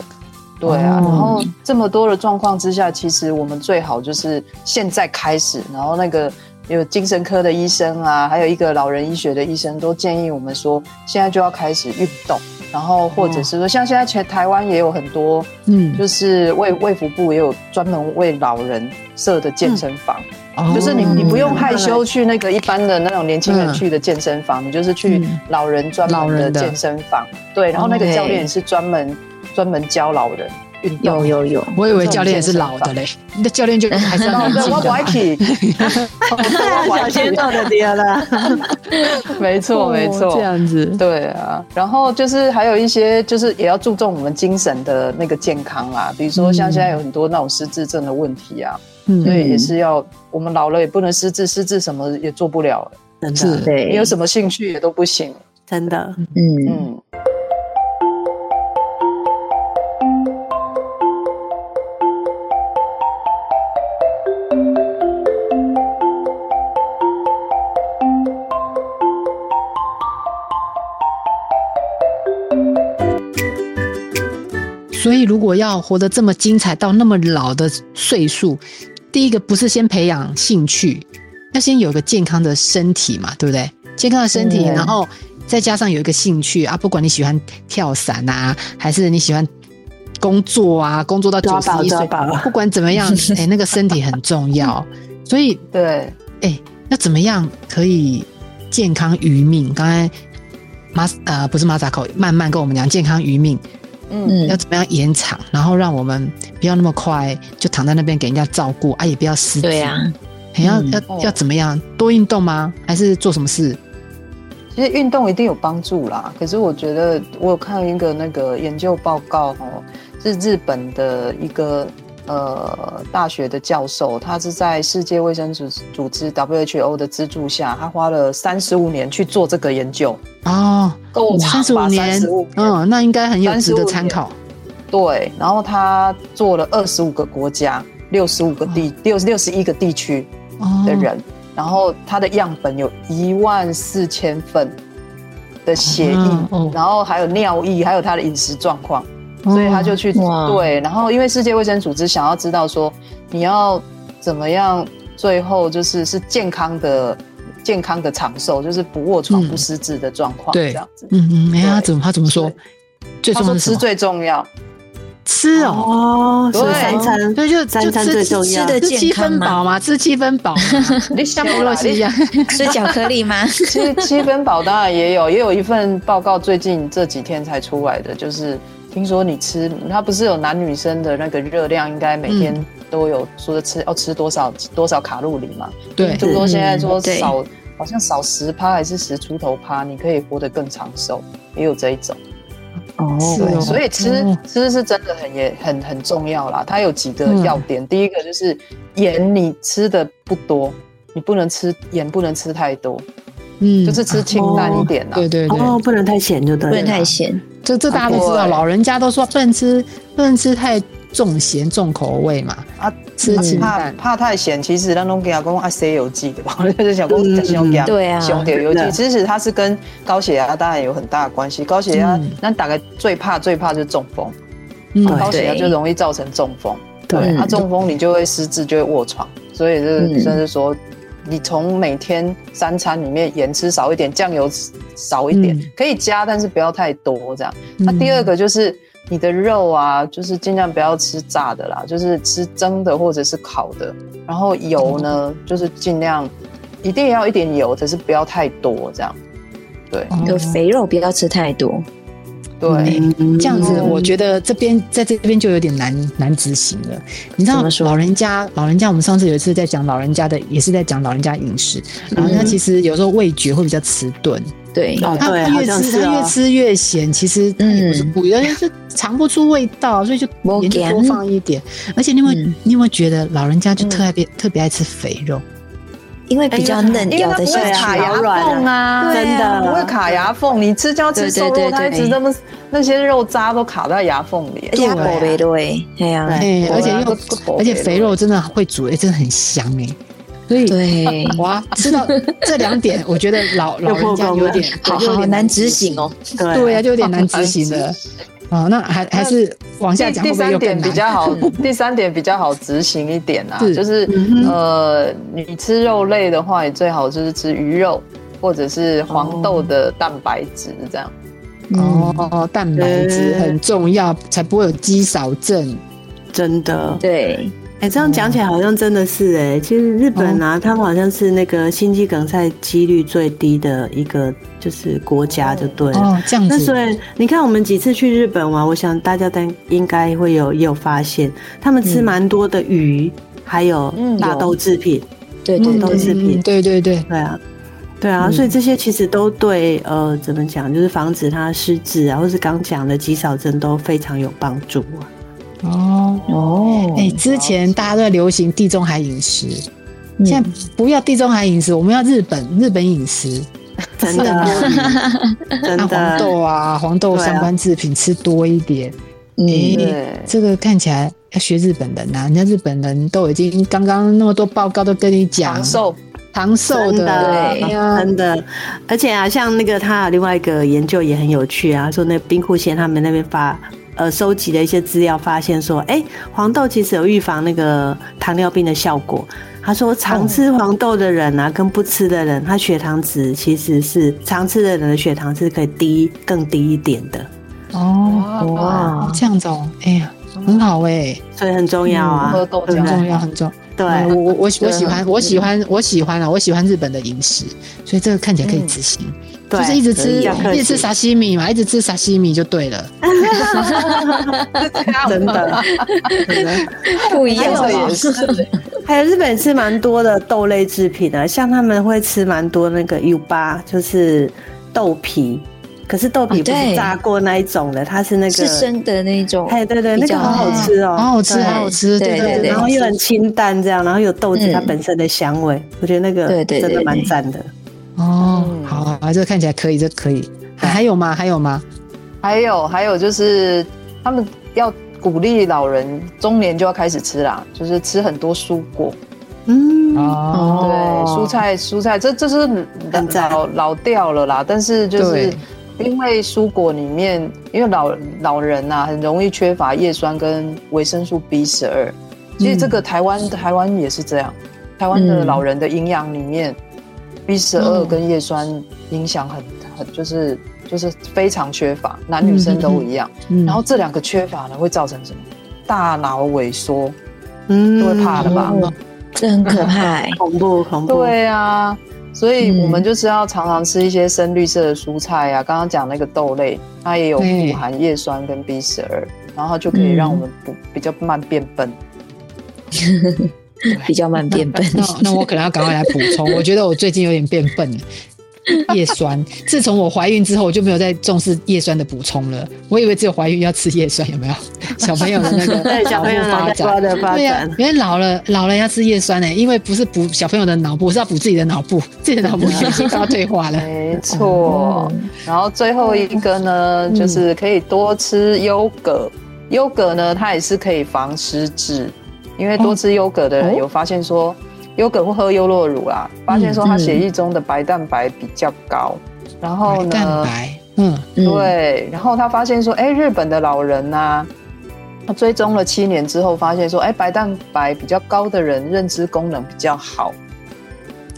Speaker 5: 对啊，
Speaker 3: 哦
Speaker 5: 然后这么多的状况之下，其实我们最好就是现在开始，然后那个有精神科的医生啊，还有一个老人医学的医生都建议我们说，现在就要开始运动，然后或者是说，像现在全台湾也有很多
Speaker 3: 嗯，
Speaker 5: 就是卫卫福部也有专门为老人设的健身房，
Speaker 3: 哦
Speaker 5: 就是你你不用
Speaker 2: 嗯
Speaker 5: 害羞去那个一般的那种年轻人
Speaker 3: 嗯
Speaker 5: 去的健身房，你就是去
Speaker 3: 嗯
Speaker 5: 老人专
Speaker 3: 老人
Speaker 5: 门
Speaker 3: 的哦
Speaker 5: 的健身房，对，然后那个
Speaker 4: 对
Speaker 5: 教练也是专门专门教老人运动。
Speaker 4: 有有有，
Speaker 3: 我以为教练也是老的嘞，那教练就还是
Speaker 5: 然
Speaker 3: 要
Speaker 5: 后
Speaker 3: 年轻
Speaker 5: 我不爱
Speaker 3: 的，
Speaker 5: 去，我
Speaker 2: 小鲜肉的爹了，
Speaker 5: 没错没错，
Speaker 3: 哦这样子，
Speaker 5: 对啊，然后就是还有一些，就是也要注重我们精神的那个健康啦，比如说像现在有很多那种失智症的问题啊，所
Speaker 3: 嗯，
Speaker 5: 以也是要我们老了也不能失智，失智什么也做不了了，
Speaker 2: 真的，
Speaker 3: 是，
Speaker 4: 对，
Speaker 5: 你有什么兴趣也都不行。
Speaker 2: 真的，
Speaker 4: 嗯，
Speaker 5: 嗯，
Speaker 3: 所以如果要活得这么精彩到那么老的岁数，第一个不是先培养兴趣，要先有个健康的身体嘛，对不对？健康的身体，
Speaker 5: 嗯
Speaker 3: 然后再加上有一个兴趣啊，不管你喜欢跳伞啊，还是你喜欢工作啊，工作到九
Speaker 2: 抓
Speaker 3: 十
Speaker 2: 宝
Speaker 3: 一
Speaker 2: 抓
Speaker 3: 岁，
Speaker 2: 宝，
Speaker 3: 不管怎么样，哎、那个身体很重要。所以
Speaker 5: 对，
Speaker 3: 要怎么样可以健康于命？刚才马呃不是马扎口，慢慢跟我们讲健康于命。
Speaker 5: 嗯，
Speaker 3: 要怎么样延长，然后让我们不要那么快就躺在那边给人家照顾啊，也不要失职。
Speaker 4: 对呀、
Speaker 3: 哎要
Speaker 4: 嗯
Speaker 3: 要、
Speaker 5: 哦
Speaker 3: 要怎么样？多运动吗？还是做什么事？
Speaker 5: 其实运动一定有帮助啦。可是我觉得我有看一个那个研究报告哦，是日本的一个呃大学的教授，他是在世界卫生组组织 WHO 的资助下，他花了三十五年去做这个研究，
Speaker 3: 哦，
Speaker 5: 够长
Speaker 3: 三十五
Speaker 5: 吧？
Speaker 3: 年
Speaker 5: 三十五，
Speaker 3: 嗯，那应该很有值
Speaker 5: 35
Speaker 3: 得
Speaker 5: 年
Speaker 3: 参考。
Speaker 5: 对。然后他做了二十五个国家，六十五个地，六六十一个地区
Speaker 3: 哦
Speaker 5: 的人，然后他的样本有一万四千份的血液。
Speaker 3: 嗯哦
Speaker 5: 然后还有尿液，还有他的饮食状况，
Speaker 3: 哦
Speaker 5: 所以他就去
Speaker 4: 哇
Speaker 5: 对。然后因为世界卫生组织想要知道说你要怎么样最后就是是健康的、健康的长寿，就是不卧床、
Speaker 3: 嗯
Speaker 5: 不失智的状况，
Speaker 3: 对
Speaker 5: 这样子。
Speaker 3: 嗯嗯，哎、
Speaker 5: 对
Speaker 3: 他怎么他怎么说？最
Speaker 5: 他
Speaker 3: 重要
Speaker 5: 说
Speaker 3: 的是什
Speaker 5: 吃
Speaker 3: 么？
Speaker 5: 最重要，
Speaker 3: 吃哦，
Speaker 2: 哦，所以
Speaker 5: 对
Speaker 2: 三餐
Speaker 3: 对，就
Speaker 2: 三
Speaker 3: 就
Speaker 2: 餐
Speaker 3: 吃
Speaker 2: 最
Speaker 3: 吃
Speaker 2: 重
Speaker 3: 吃
Speaker 2: 要
Speaker 3: 的
Speaker 4: 吃
Speaker 3: 七
Speaker 4: 健康
Speaker 3: 分
Speaker 4: 嘛
Speaker 3: 饱嘛，吃七分饱嘛，
Speaker 5: 你
Speaker 3: 像
Speaker 5: 像
Speaker 3: 梅洛西一样。
Speaker 4: 吃巧克力吗？
Speaker 5: 其实七分饱当然也有，也有一份报告最近这几天才出来的，就是听说你吃，它不是有男女生的那个热量，应该每
Speaker 3: 嗯
Speaker 5: 天都有说吃要吃多少多少卡路里嘛？
Speaker 3: 对，
Speaker 5: 就说现在说
Speaker 4: 嗯对
Speaker 5: 少，好像少十趴还是十出头趴，你可以活得更长寿，也有这一种。
Speaker 2: 哦
Speaker 3: 是
Speaker 5: 对，
Speaker 3: 哦
Speaker 5: 所以吃、
Speaker 3: 哦
Speaker 5: 吃是真的很也很很重要啦。它有几个
Speaker 3: 嗯
Speaker 5: 要点，第一个就是盐，你吃的不多，你不能吃盐，不能吃太多，
Speaker 3: 嗯，
Speaker 5: 就是吃清淡一点啦。
Speaker 3: 对对对，
Speaker 2: 哦，不能太咸就对
Speaker 4: 不
Speaker 2: 了，
Speaker 4: 能太咸，
Speaker 3: 这这大家都知道，
Speaker 5: 对
Speaker 3: 老人家都说不能吃不能吃太重咸重口味嘛，
Speaker 5: 啊，
Speaker 3: 吃清
Speaker 5: 怕
Speaker 3: 淡。
Speaker 5: 怕太咸，其实咱拢给阿公爱西游记的 吧，就是想讲
Speaker 2: 嗯
Speaker 5: 想给
Speaker 4: 对啊
Speaker 5: 想点油
Speaker 2: 真
Speaker 5: 记，
Speaker 2: 的
Speaker 5: 其实它是跟高血压当然有很大的关系。高血压
Speaker 3: 嗯，
Speaker 5: 咱大概最怕最怕就是中风，
Speaker 3: 嗯，
Speaker 2: 对
Speaker 5: 高血压就容易造成中风。
Speaker 2: 对
Speaker 5: 啊，
Speaker 4: 嗯
Speaker 5: 中风你就会失智，就会卧床，所以就是
Speaker 4: 嗯
Speaker 5: 甚至说，你从每天三餐里面盐吃少一点，酱油少一点
Speaker 3: 嗯，
Speaker 5: 可以加，但是不要太多这样。
Speaker 3: 嗯
Speaker 5: 那啊第二个就是你的肉啊，就是尽量不要吃炸的啦，就是吃蒸的或者是烤的。然后油呢，就是尽量一定要一点油，只是不要太多这样。对
Speaker 3: 哦
Speaker 4: 就肥肉不要吃太多。
Speaker 5: 对，
Speaker 2: 嗯
Speaker 3: 这样子，
Speaker 2: 嗯
Speaker 3: 我觉得这边在这边就有点难难执行了。你知道
Speaker 4: 怎么，说
Speaker 3: 老人家，老人家，我们上次有一次在讲老人家的，也是在讲老人家饮食。老
Speaker 2: 嗯
Speaker 3: 人家其实有时候味觉会比较迟钝，
Speaker 4: 对，
Speaker 2: 哦，
Speaker 3: 他
Speaker 2: 对，好
Speaker 3: 越
Speaker 2: 像
Speaker 3: 吃
Speaker 2: 是
Speaker 3: 他
Speaker 2: 哦
Speaker 3: 越，吃越咸，其实他也不是故意的，因为就尝不出味道，所以就
Speaker 4: 没
Speaker 3: 盐就
Speaker 4: 咸
Speaker 3: 多放一点。而且你有没有
Speaker 4: 嗯
Speaker 3: 你有没有觉得老人家就特爱别特别爱吃肥肉？
Speaker 4: 因为比较嫩，
Speaker 5: 哎因为
Speaker 4: 咬
Speaker 5: 它
Speaker 4: 得
Speaker 5: 不
Speaker 4: 下
Speaker 5: 会
Speaker 2: 啊
Speaker 5: 卡
Speaker 2: 咬
Speaker 4: 去。
Speaker 5: 牙缝啊，
Speaker 2: 对啊真的
Speaker 5: 不会卡牙缝。你吃就要吃
Speaker 4: 对对
Speaker 5: 瘦肉，
Speaker 4: 对
Speaker 5: 它一直
Speaker 4: 对
Speaker 5: 那么那些肉渣都卡在牙缝里
Speaker 4: 而。且它
Speaker 3: 对啊
Speaker 4: 宝贝对，哎
Speaker 2: 嗯
Speaker 4: 呀，
Speaker 3: 哎，
Speaker 5: 对
Speaker 3: 而且
Speaker 5: 啊
Speaker 3: 又
Speaker 5: 都都
Speaker 3: 而且
Speaker 5: 肥
Speaker 3: 肥
Speaker 5: 肉
Speaker 3: 肉真的会煮，哎，真的很香哎。所以
Speaker 4: 对，
Speaker 3: 哇，知道这两点，我觉得老老人家有点
Speaker 4: 好好难执行哦。。
Speaker 2: 对
Speaker 3: 对啊呀、就有点难执行的。啊，那还还是往下
Speaker 5: 第
Speaker 3: 讲，
Speaker 5: 第
Speaker 3: 会不会
Speaker 5: 三
Speaker 3: 又更
Speaker 5: 点比
Speaker 3: 难？
Speaker 5: 较好，第三点比较好执行一点啊，
Speaker 3: 是
Speaker 5: 就是
Speaker 2: 嗯哼
Speaker 5: 呃，你吃肉类的话，你最好就是吃鱼肉或者是黄豆的蛋白质这样。
Speaker 4: 嗯，
Speaker 3: 哦，蛋白质
Speaker 2: 嗯
Speaker 3: 很重要，才不会有肌少症。
Speaker 2: 真的，
Speaker 4: 对，
Speaker 2: 哎，这样讲起来好像真的是
Speaker 3: 哦
Speaker 2: 哎，其实日本啊，他们好像是那个心肌梗塞几率最低的一个就是国家，就对了。
Speaker 3: 哦，这样
Speaker 2: 那
Speaker 3: 子。
Speaker 2: 所以你看，我们几次去日本玩，我想大家但应该会有也有发现，他们吃蛮多的鱼，还有
Speaker 5: 嗯
Speaker 2: 大豆制品。
Speaker 4: 对
Speaker 2: 嗯
Speaker 4: 对
Speaker 2: 都是
Speaker 4: 对，
Speaker 2: 品
Speaker 3: 嗯，对对对，
Speaker 2: 对啊，对啊，
Speaker 3: 嗯
Speaker 2: 所以这些其实都对呃，怎么讲，就是防止他失智啊，或是刚讲的肌少症都非常有帮助啊。
Speaker 3: 哦。
Speaker 4: 哦
Speaker 3: 哎、之前大家都在流行地中海饮食，
Speaker 2: 嗯
Speaker 3: 现在不要地中海饮食，我们要日本日本饮食，吃很多鱼
Speaker 2: 真的，真
Speaker 3: 啊黄
Speaker 2: 的，
Speaker 3: 豆啊，黄豆
Speaker 2: 对啊
Speaker 3: 相关制品吃多一点。
Speaker 4: 嗯，
Speaker 3: 诶
Speaker 5: 对
Speaker 3: 这个看起来要学日本人呐、人家日本人都已经刚刚那么多报告都跟你讲
Speaker 5: 长 寿
Speaker 3: 长寿
Speaker 2: 真
Speaker 3: 的，
Speaker 2: 的
Speaker 3: 哎呀，
Speaker 2: 真的，而且啊，像那个他有另外一个研究也很有趣啊，说那冰库县他们那边发。呃，收集的一些资料发现说，哎、黄豆其实有预防那个糖尿病的效果。他说，常吃黄豆的人啊，跟不吃的人，他血糖值其实是常吃的人的血糖是可以低更低一点的，
Speaker 3: 哦，
Speaker 5: 哇，
Speaker 3: 哦这样子哦，哎呀，很好哎、
Speaker 2: 所以很重要啊，
Speaker 5: 喝豆
Speaker 2: 对
Speaker 3: 很
Speaker 2: 不对
Speaker 5: 浆
Speaker 3: 重要，很重要。
Speaker 2: 对，
Speaker 3: 哎我我我我
Speaker 5: 对
Speaker 3: 喜欢，
Speaker 5: 很
Speaker 3: 我喜欢，我喜欢啊，我喜欢日本的饮食，所以这个看起来可以
Speaker 2: 嗯
Speaker 3: 执行，
Speaker 2: 对
Speaker 3: 就是一直吃，
Speaker 2: 比较客
Speaker 3: 一直吃
Speaker 2: 气
Speaker 3: 沙西米嘛，一直吃沙西米就对了。
Speaker 2: 真 的。 真的
Speaker 4: 不一
Speaker 5: 还
Speaker 4: 样
Speaker 5: 有
Speaker 4: 哦
Speaker 5: 也。是，
Speaker 2: 还有日本吃蛮多的豆类制品啊，像他们会吃蛮多那个 U 八，就是豆皮，可是豆皮
Speaker 4: 哦
Speaker 2: 不
Speaker 4: 对
Speaker 2: 是炸过那一种的，它是那个
Speaker 4: 是生的那种，
Speaker 2: 哎，对对，那
Speaker 4: 比
Speaker 2: 个
Speaker 4: 较
Speaker 2: 好好
Speaker 4: 好
Speaker 2: 吃哦，
Speaker 3: 好好吃，
Speaker 2: 对
Speaker 3: 好好吃，
Speaker 4: 对
Speaker 3: 对
Speaker 4: 对对
Speaker 2: 然后又很清淡这样，然后有豆子
Speaker 4: 嗯
Speaker 2: 它本身的香味，我觉得那个
Speaker 4: 对对对
Speaker 2: 真的蛮
Speaker 4: 对
Speaker 2: 赞的。
Speaker 3: 哦，
Speaker 5: 嗯
Speaker 3: 好啊，这个看起来可以，这个可以。还
Speaker 2: 哎
Speaker 3: 还有吗？还有吗？
Speaker 5: 还有还有就是他们要鼓励老人中年就要开始吃啦，就是吃很多蔬果。啊
Speaker 2: 嗯，
Speaker 3: 哦，
Speaker 5: 对，
Speaker 4: 哦，
Speaker 5: 蔬菜蔬菜，这这是
Speaker 2: 很赞
Speaker 5: 老老掉了啦。但是就是
Speaker 3: 对
Speaker 5: 因为蔬果里面，因为老老人呐、很容易缺乏叶酸跟维生素 B 十二。其实这个台湾、台湾也是这样，台湾的
Speaker 4: 嗯
Speaker 5: 老人的营养里面，B 十二
Speaker 4: 嗯
Speaker 5: 跟叶酸影响很很就是就是非常缺乏，男女生都一样。
Speaker 3: 嗯
Speaker 5: 然后这两个缺乏呢，会造成什么？大脑萎缩，
Speaker 2: 嗯，
Speaker 5: 都会怕的吧？
Speaker 4: 哦这很可怕 欸，
Speaker 2: 恐怖恐怖，
Speaker 5: 对啊，所以我们
Speaker 3: 嗯
Speaker 5: 就是要常常吃一些深绿色的蔬菜啊。刚刚讲那个豆类，它也有
Speaker 3: 对嗯
Speaker 5: 富含叶酸跟 B 十二，然后它就可以让我们不、比较慢变笨。
Speaker 4: 比较慢变笨。
Speaker 3: 那那我可能要赶快来补充，我觉得我最近有点变笨 了。叶酸，自从我怀孕之后，我就没有再重视叶酸的补充了。我以为只有怀孕要吃叶酸，有没有？小朋友的那个
Speaker 2: 对小朋友
Speaker 3: 脑部
Speaker 2: 脑
Speaker 3: 发
Speaker 2: 袋瓜
Speaker 3: 展，
Speaker 2: 的发
Speaker 3: 对呀、
Speaker 2: 展，
Speaker 3: 因为老了老了要吃叶酸呢、欸因为不是补小朋友的脑部，是要补自己的脑部，自己的脑部已经快要退化了。
Speaker 5: 没错，然后最后一个
Speaker 3: 嗯
Speaker 5: 呢，就是可以多吃优格。优格呢，它也是可以防失智，因
Speaker 3: 哦
Speaker 5: 为多吃优格的人有发现说，优格或喝优酪乳啦，发现说
Speaker 3: 嗯
Speaker 5: 它血液中的白蛋白比较高。然后
Speaker 3: 蛋
Speaker 5: 呢，
Speaker 3: 白，嗯，
Speaker 4: 嗯，
Speaker 5: 对，然后他发现说，哎，日本的老人呐、他追踪了七年之后，发现说，哎，白蛋白比较高的人认知功能比较好。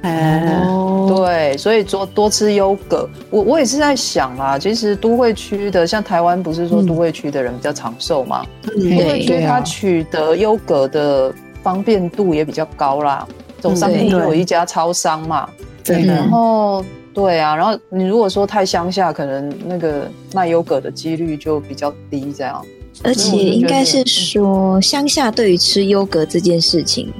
Speaker 2: 哎，
Speaker 3: 哦，
Speaker 5: 对，所以多多吃优格。我我也是在想啦，其实都会区的，像台湾不是说
Speaker 3: 嗯
Speaker 5: 都会区的人比较长寿嘛，
Speaker 2: 嗯
Speaker 5: 都会
Speaker 4: 对
Speaker 5: 区它
Speaker 3: 啊，
Speaker 5: 取得优格的方便度也比较高啦。总
Speaker 4: 嗯
Speaker 5: 商
Speaker 4: 对
Speaker 5: 店有一家超商嘛，
Speaker 2: 真
Speaker 4: 嗯
Speaker 2: 的
Speaker 5: 然后对啊，然后你如果说太乡下，可能那个卖优格的几率就比较低，这样。
Speaker 4: 而且应该是说，乡下对于吃优格这件事情，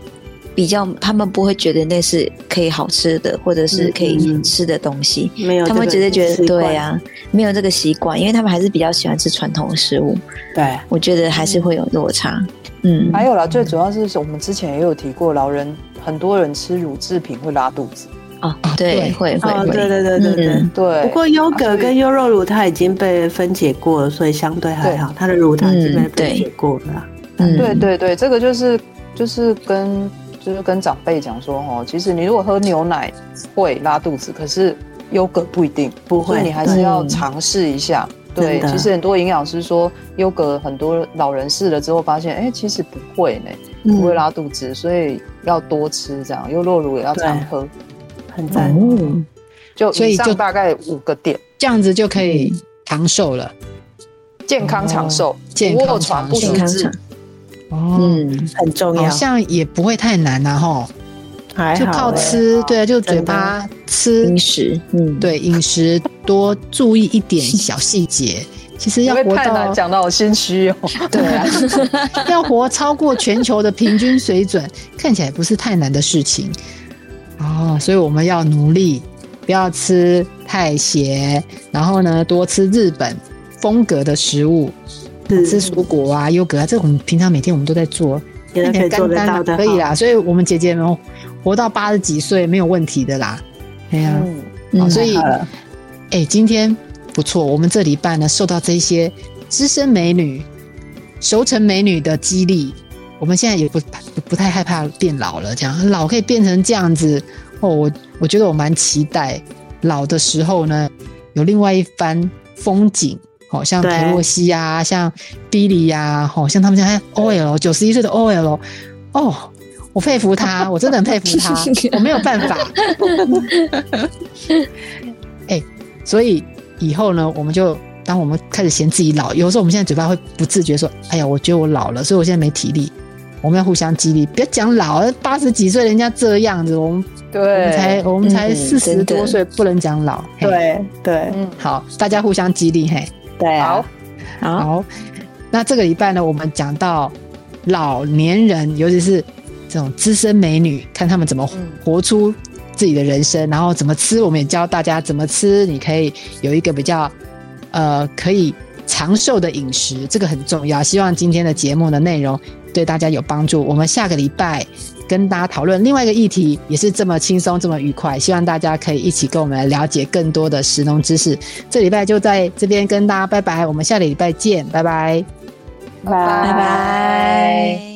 Speaker 4: 比较他们不会觉得那是可以好吃的，或者是可
Speaker 5: 嗯
Speaker 4: 以吃的东西，
Speaker 2: 没有这
Speaker 4: 他
Speaker 2: 个习惯，
Speaker 4: 们只是觉得对啊，没有这个习惯，因为他们还是比较喜欢吃传统的食物。
Speaker 2: 对，
Speaker 4: 我觉得还是会有落差。嗯，
Speaker 5: 还有啦，最主要是我们之前也有提过，老人很多人吃乳制品会拉肚子。
Speaker 4: 哦，
Speaker 3: 对
Speaker 4: 对，会会
Speaker 2: 哦，对对
Speaker 4: 会，
Speaker 2: 对对对
Speaker 4: 嗯。
Speaker 5: 对，
Speaker 2: 不过优格
Speaker 5: 啊所以
Speaker 2: 跟优酪乳它已经被分解过了，所以相对还好，它的乳糖已经被
Speaker 4: 嗯对
Speaker 2: 分解过了啦。
Speaker 4: 嗯，
Speaker 5: 对对对，这个就是就是跟就是跟长辈讲说哦，其实你如果喝牛奶会拉肚子，可是优格不一定，
Speaker 2: 不
Speaker 5: 所以
Speaker 2: 会嗯
Speaker 5: 你还是要尝试一下。
Speaker 2: 真
Speaker 5: 对，
Speaker 2: 的
Speaker 5: 其实很多营养师说优格，很多老人试了之后发现，哎，其实不会呢，不会
Speaker 2: 嗯，
Speaker 5: 拉肚子，所以要多吃这样。优酪乳也要常
Speaker 2: 对
Speaker 5: 喝，
Speaker 2: 很赞。
Speaker 3: 嗯
Speaker 4: 哦，
Speaker 5: 就
Speaker 3: 所以
Speaker 5: 以上
Speaker 3: 就
Speaker 5: 大概五个点，
Speaker 3: 这样子就可以长寿了。
Speaker 5: 健康长寿，
Speaker 3: 哦健
Speaker 5: 不
Speaker 3: 康
Speaker 5: 卧床
Speaker 3: 长
Speaker 5: 不
Speaker 3: 寿
Speaker 5: 失
Speaker 4: 健康
Speaker 5: 智
Speaker 4: 长，，
Speaker 3: 哦，
Speaker 4: 嗯，
Speaker 2: 很重
Speaker 3: 好
Speaker 2: 要，
Speaker 3: 像也不会太难啊，吼，
Speaker 2: 还
Speaker 3: 就靠
Speaker 2: 好欸
Speaker 3: 吃，对啊，就嘴
Speaker 2: 真的
Speaker 3: 巴吃
Speaker 4: 零，食，嗯，
Speaker 3: 对饮食多注意一点小细节。其实
Speaker 5: 因
Speaker 3: 要
Speaker 5: 为
Speaker 3: 活
Speaker 5: 太难
Speaker 3: 到
Speaker 5: 讲到我心虚哦。
Speaker 3: 对啊，要活超过全球的平均水准， 看起来不是太难的事情哦。所以我们要努力，不要吃太咸，然后呢，多吃日本风格的食物，吃
Speaker 2: 是，
Speaker 3: 蔬果啊、优格啊，这个我们平常每天我们都在做，
Speaker 2: 也
Speaker 3: 看
Speaker 2: 是
Speaker 3: 起来
Speaker 2: 可以做
Speaker 3: 干干
Speaker 2: 得到的，
Speaker 3: 可以。啦。所以我们姐姐们活到八十几岁没有问题的啦。哎呀、
Speaker 5: 嗯，
Speaker 3: 好
Speaker 4: 嗯
Speaker 3: 所以
Speaker 2: 好了
Speaker 3: 哎、今天不错，我们这礼拜呢受到这些资深美女、熟成美女的激励，我们现在也不不不太害怕变老了，这样老可以变成这样子哦。我我觉得我蛮期待老的时候呢，有另外一番风景。好、像
Speaker 2: 对
Speaker 3: 裴洛西呀、像 Billy 呀、好、像他们现在 OL 九十一岁的 OL，哦，我佩服他，我真的很佩服 他，我没有办法。 哎、所以以后呢，我们就当我们开始嫌自己老，有时候我们现在嘴巴会不自觉说：“哎呀，我觉得我老了，所以我现在没体力。”我们要互相激励，不要讲老，啊八十几岁人家这样子，我们我
Speaker 5: 对，
Speaker 3: 们才我们才
Speaker 4: 嗯
Speaker 3: 四十
Speaker 4: 真的
Speaker 3: 多岁，不能讲老。嘿，
Speaker 2: 对对
Speaker 5: 嗯，
Speaker 3: 好，大家互相激励，嘿。
Speaker 2: 对啊，
Speaker 5: 好，
Speaker 4: 好，
Speaker 3: 好，那这个礼拜呢，我们讲到老年人，尤其是这种资深美女，看他们怎么活
Speaker 5: 嗯
Speaker 3: 活出自己的人生，然后怎么吃，我们也教大家怎么吃，你可以有一个比较呃可以长寿的饮食，这个很重要。希望今天的节目的内容对大家有帮助。我们下个礼拜。跟大家讨论另外一个议题，也是这么轻松，这么愉快。希望大家可以一起跟我们来了解更多的食农知识。这礼拜就在这啊边跟大家拜拜，我们下礼拜见，拜拜。
Speaker 2: 拜
Speaker 4: 拜拜。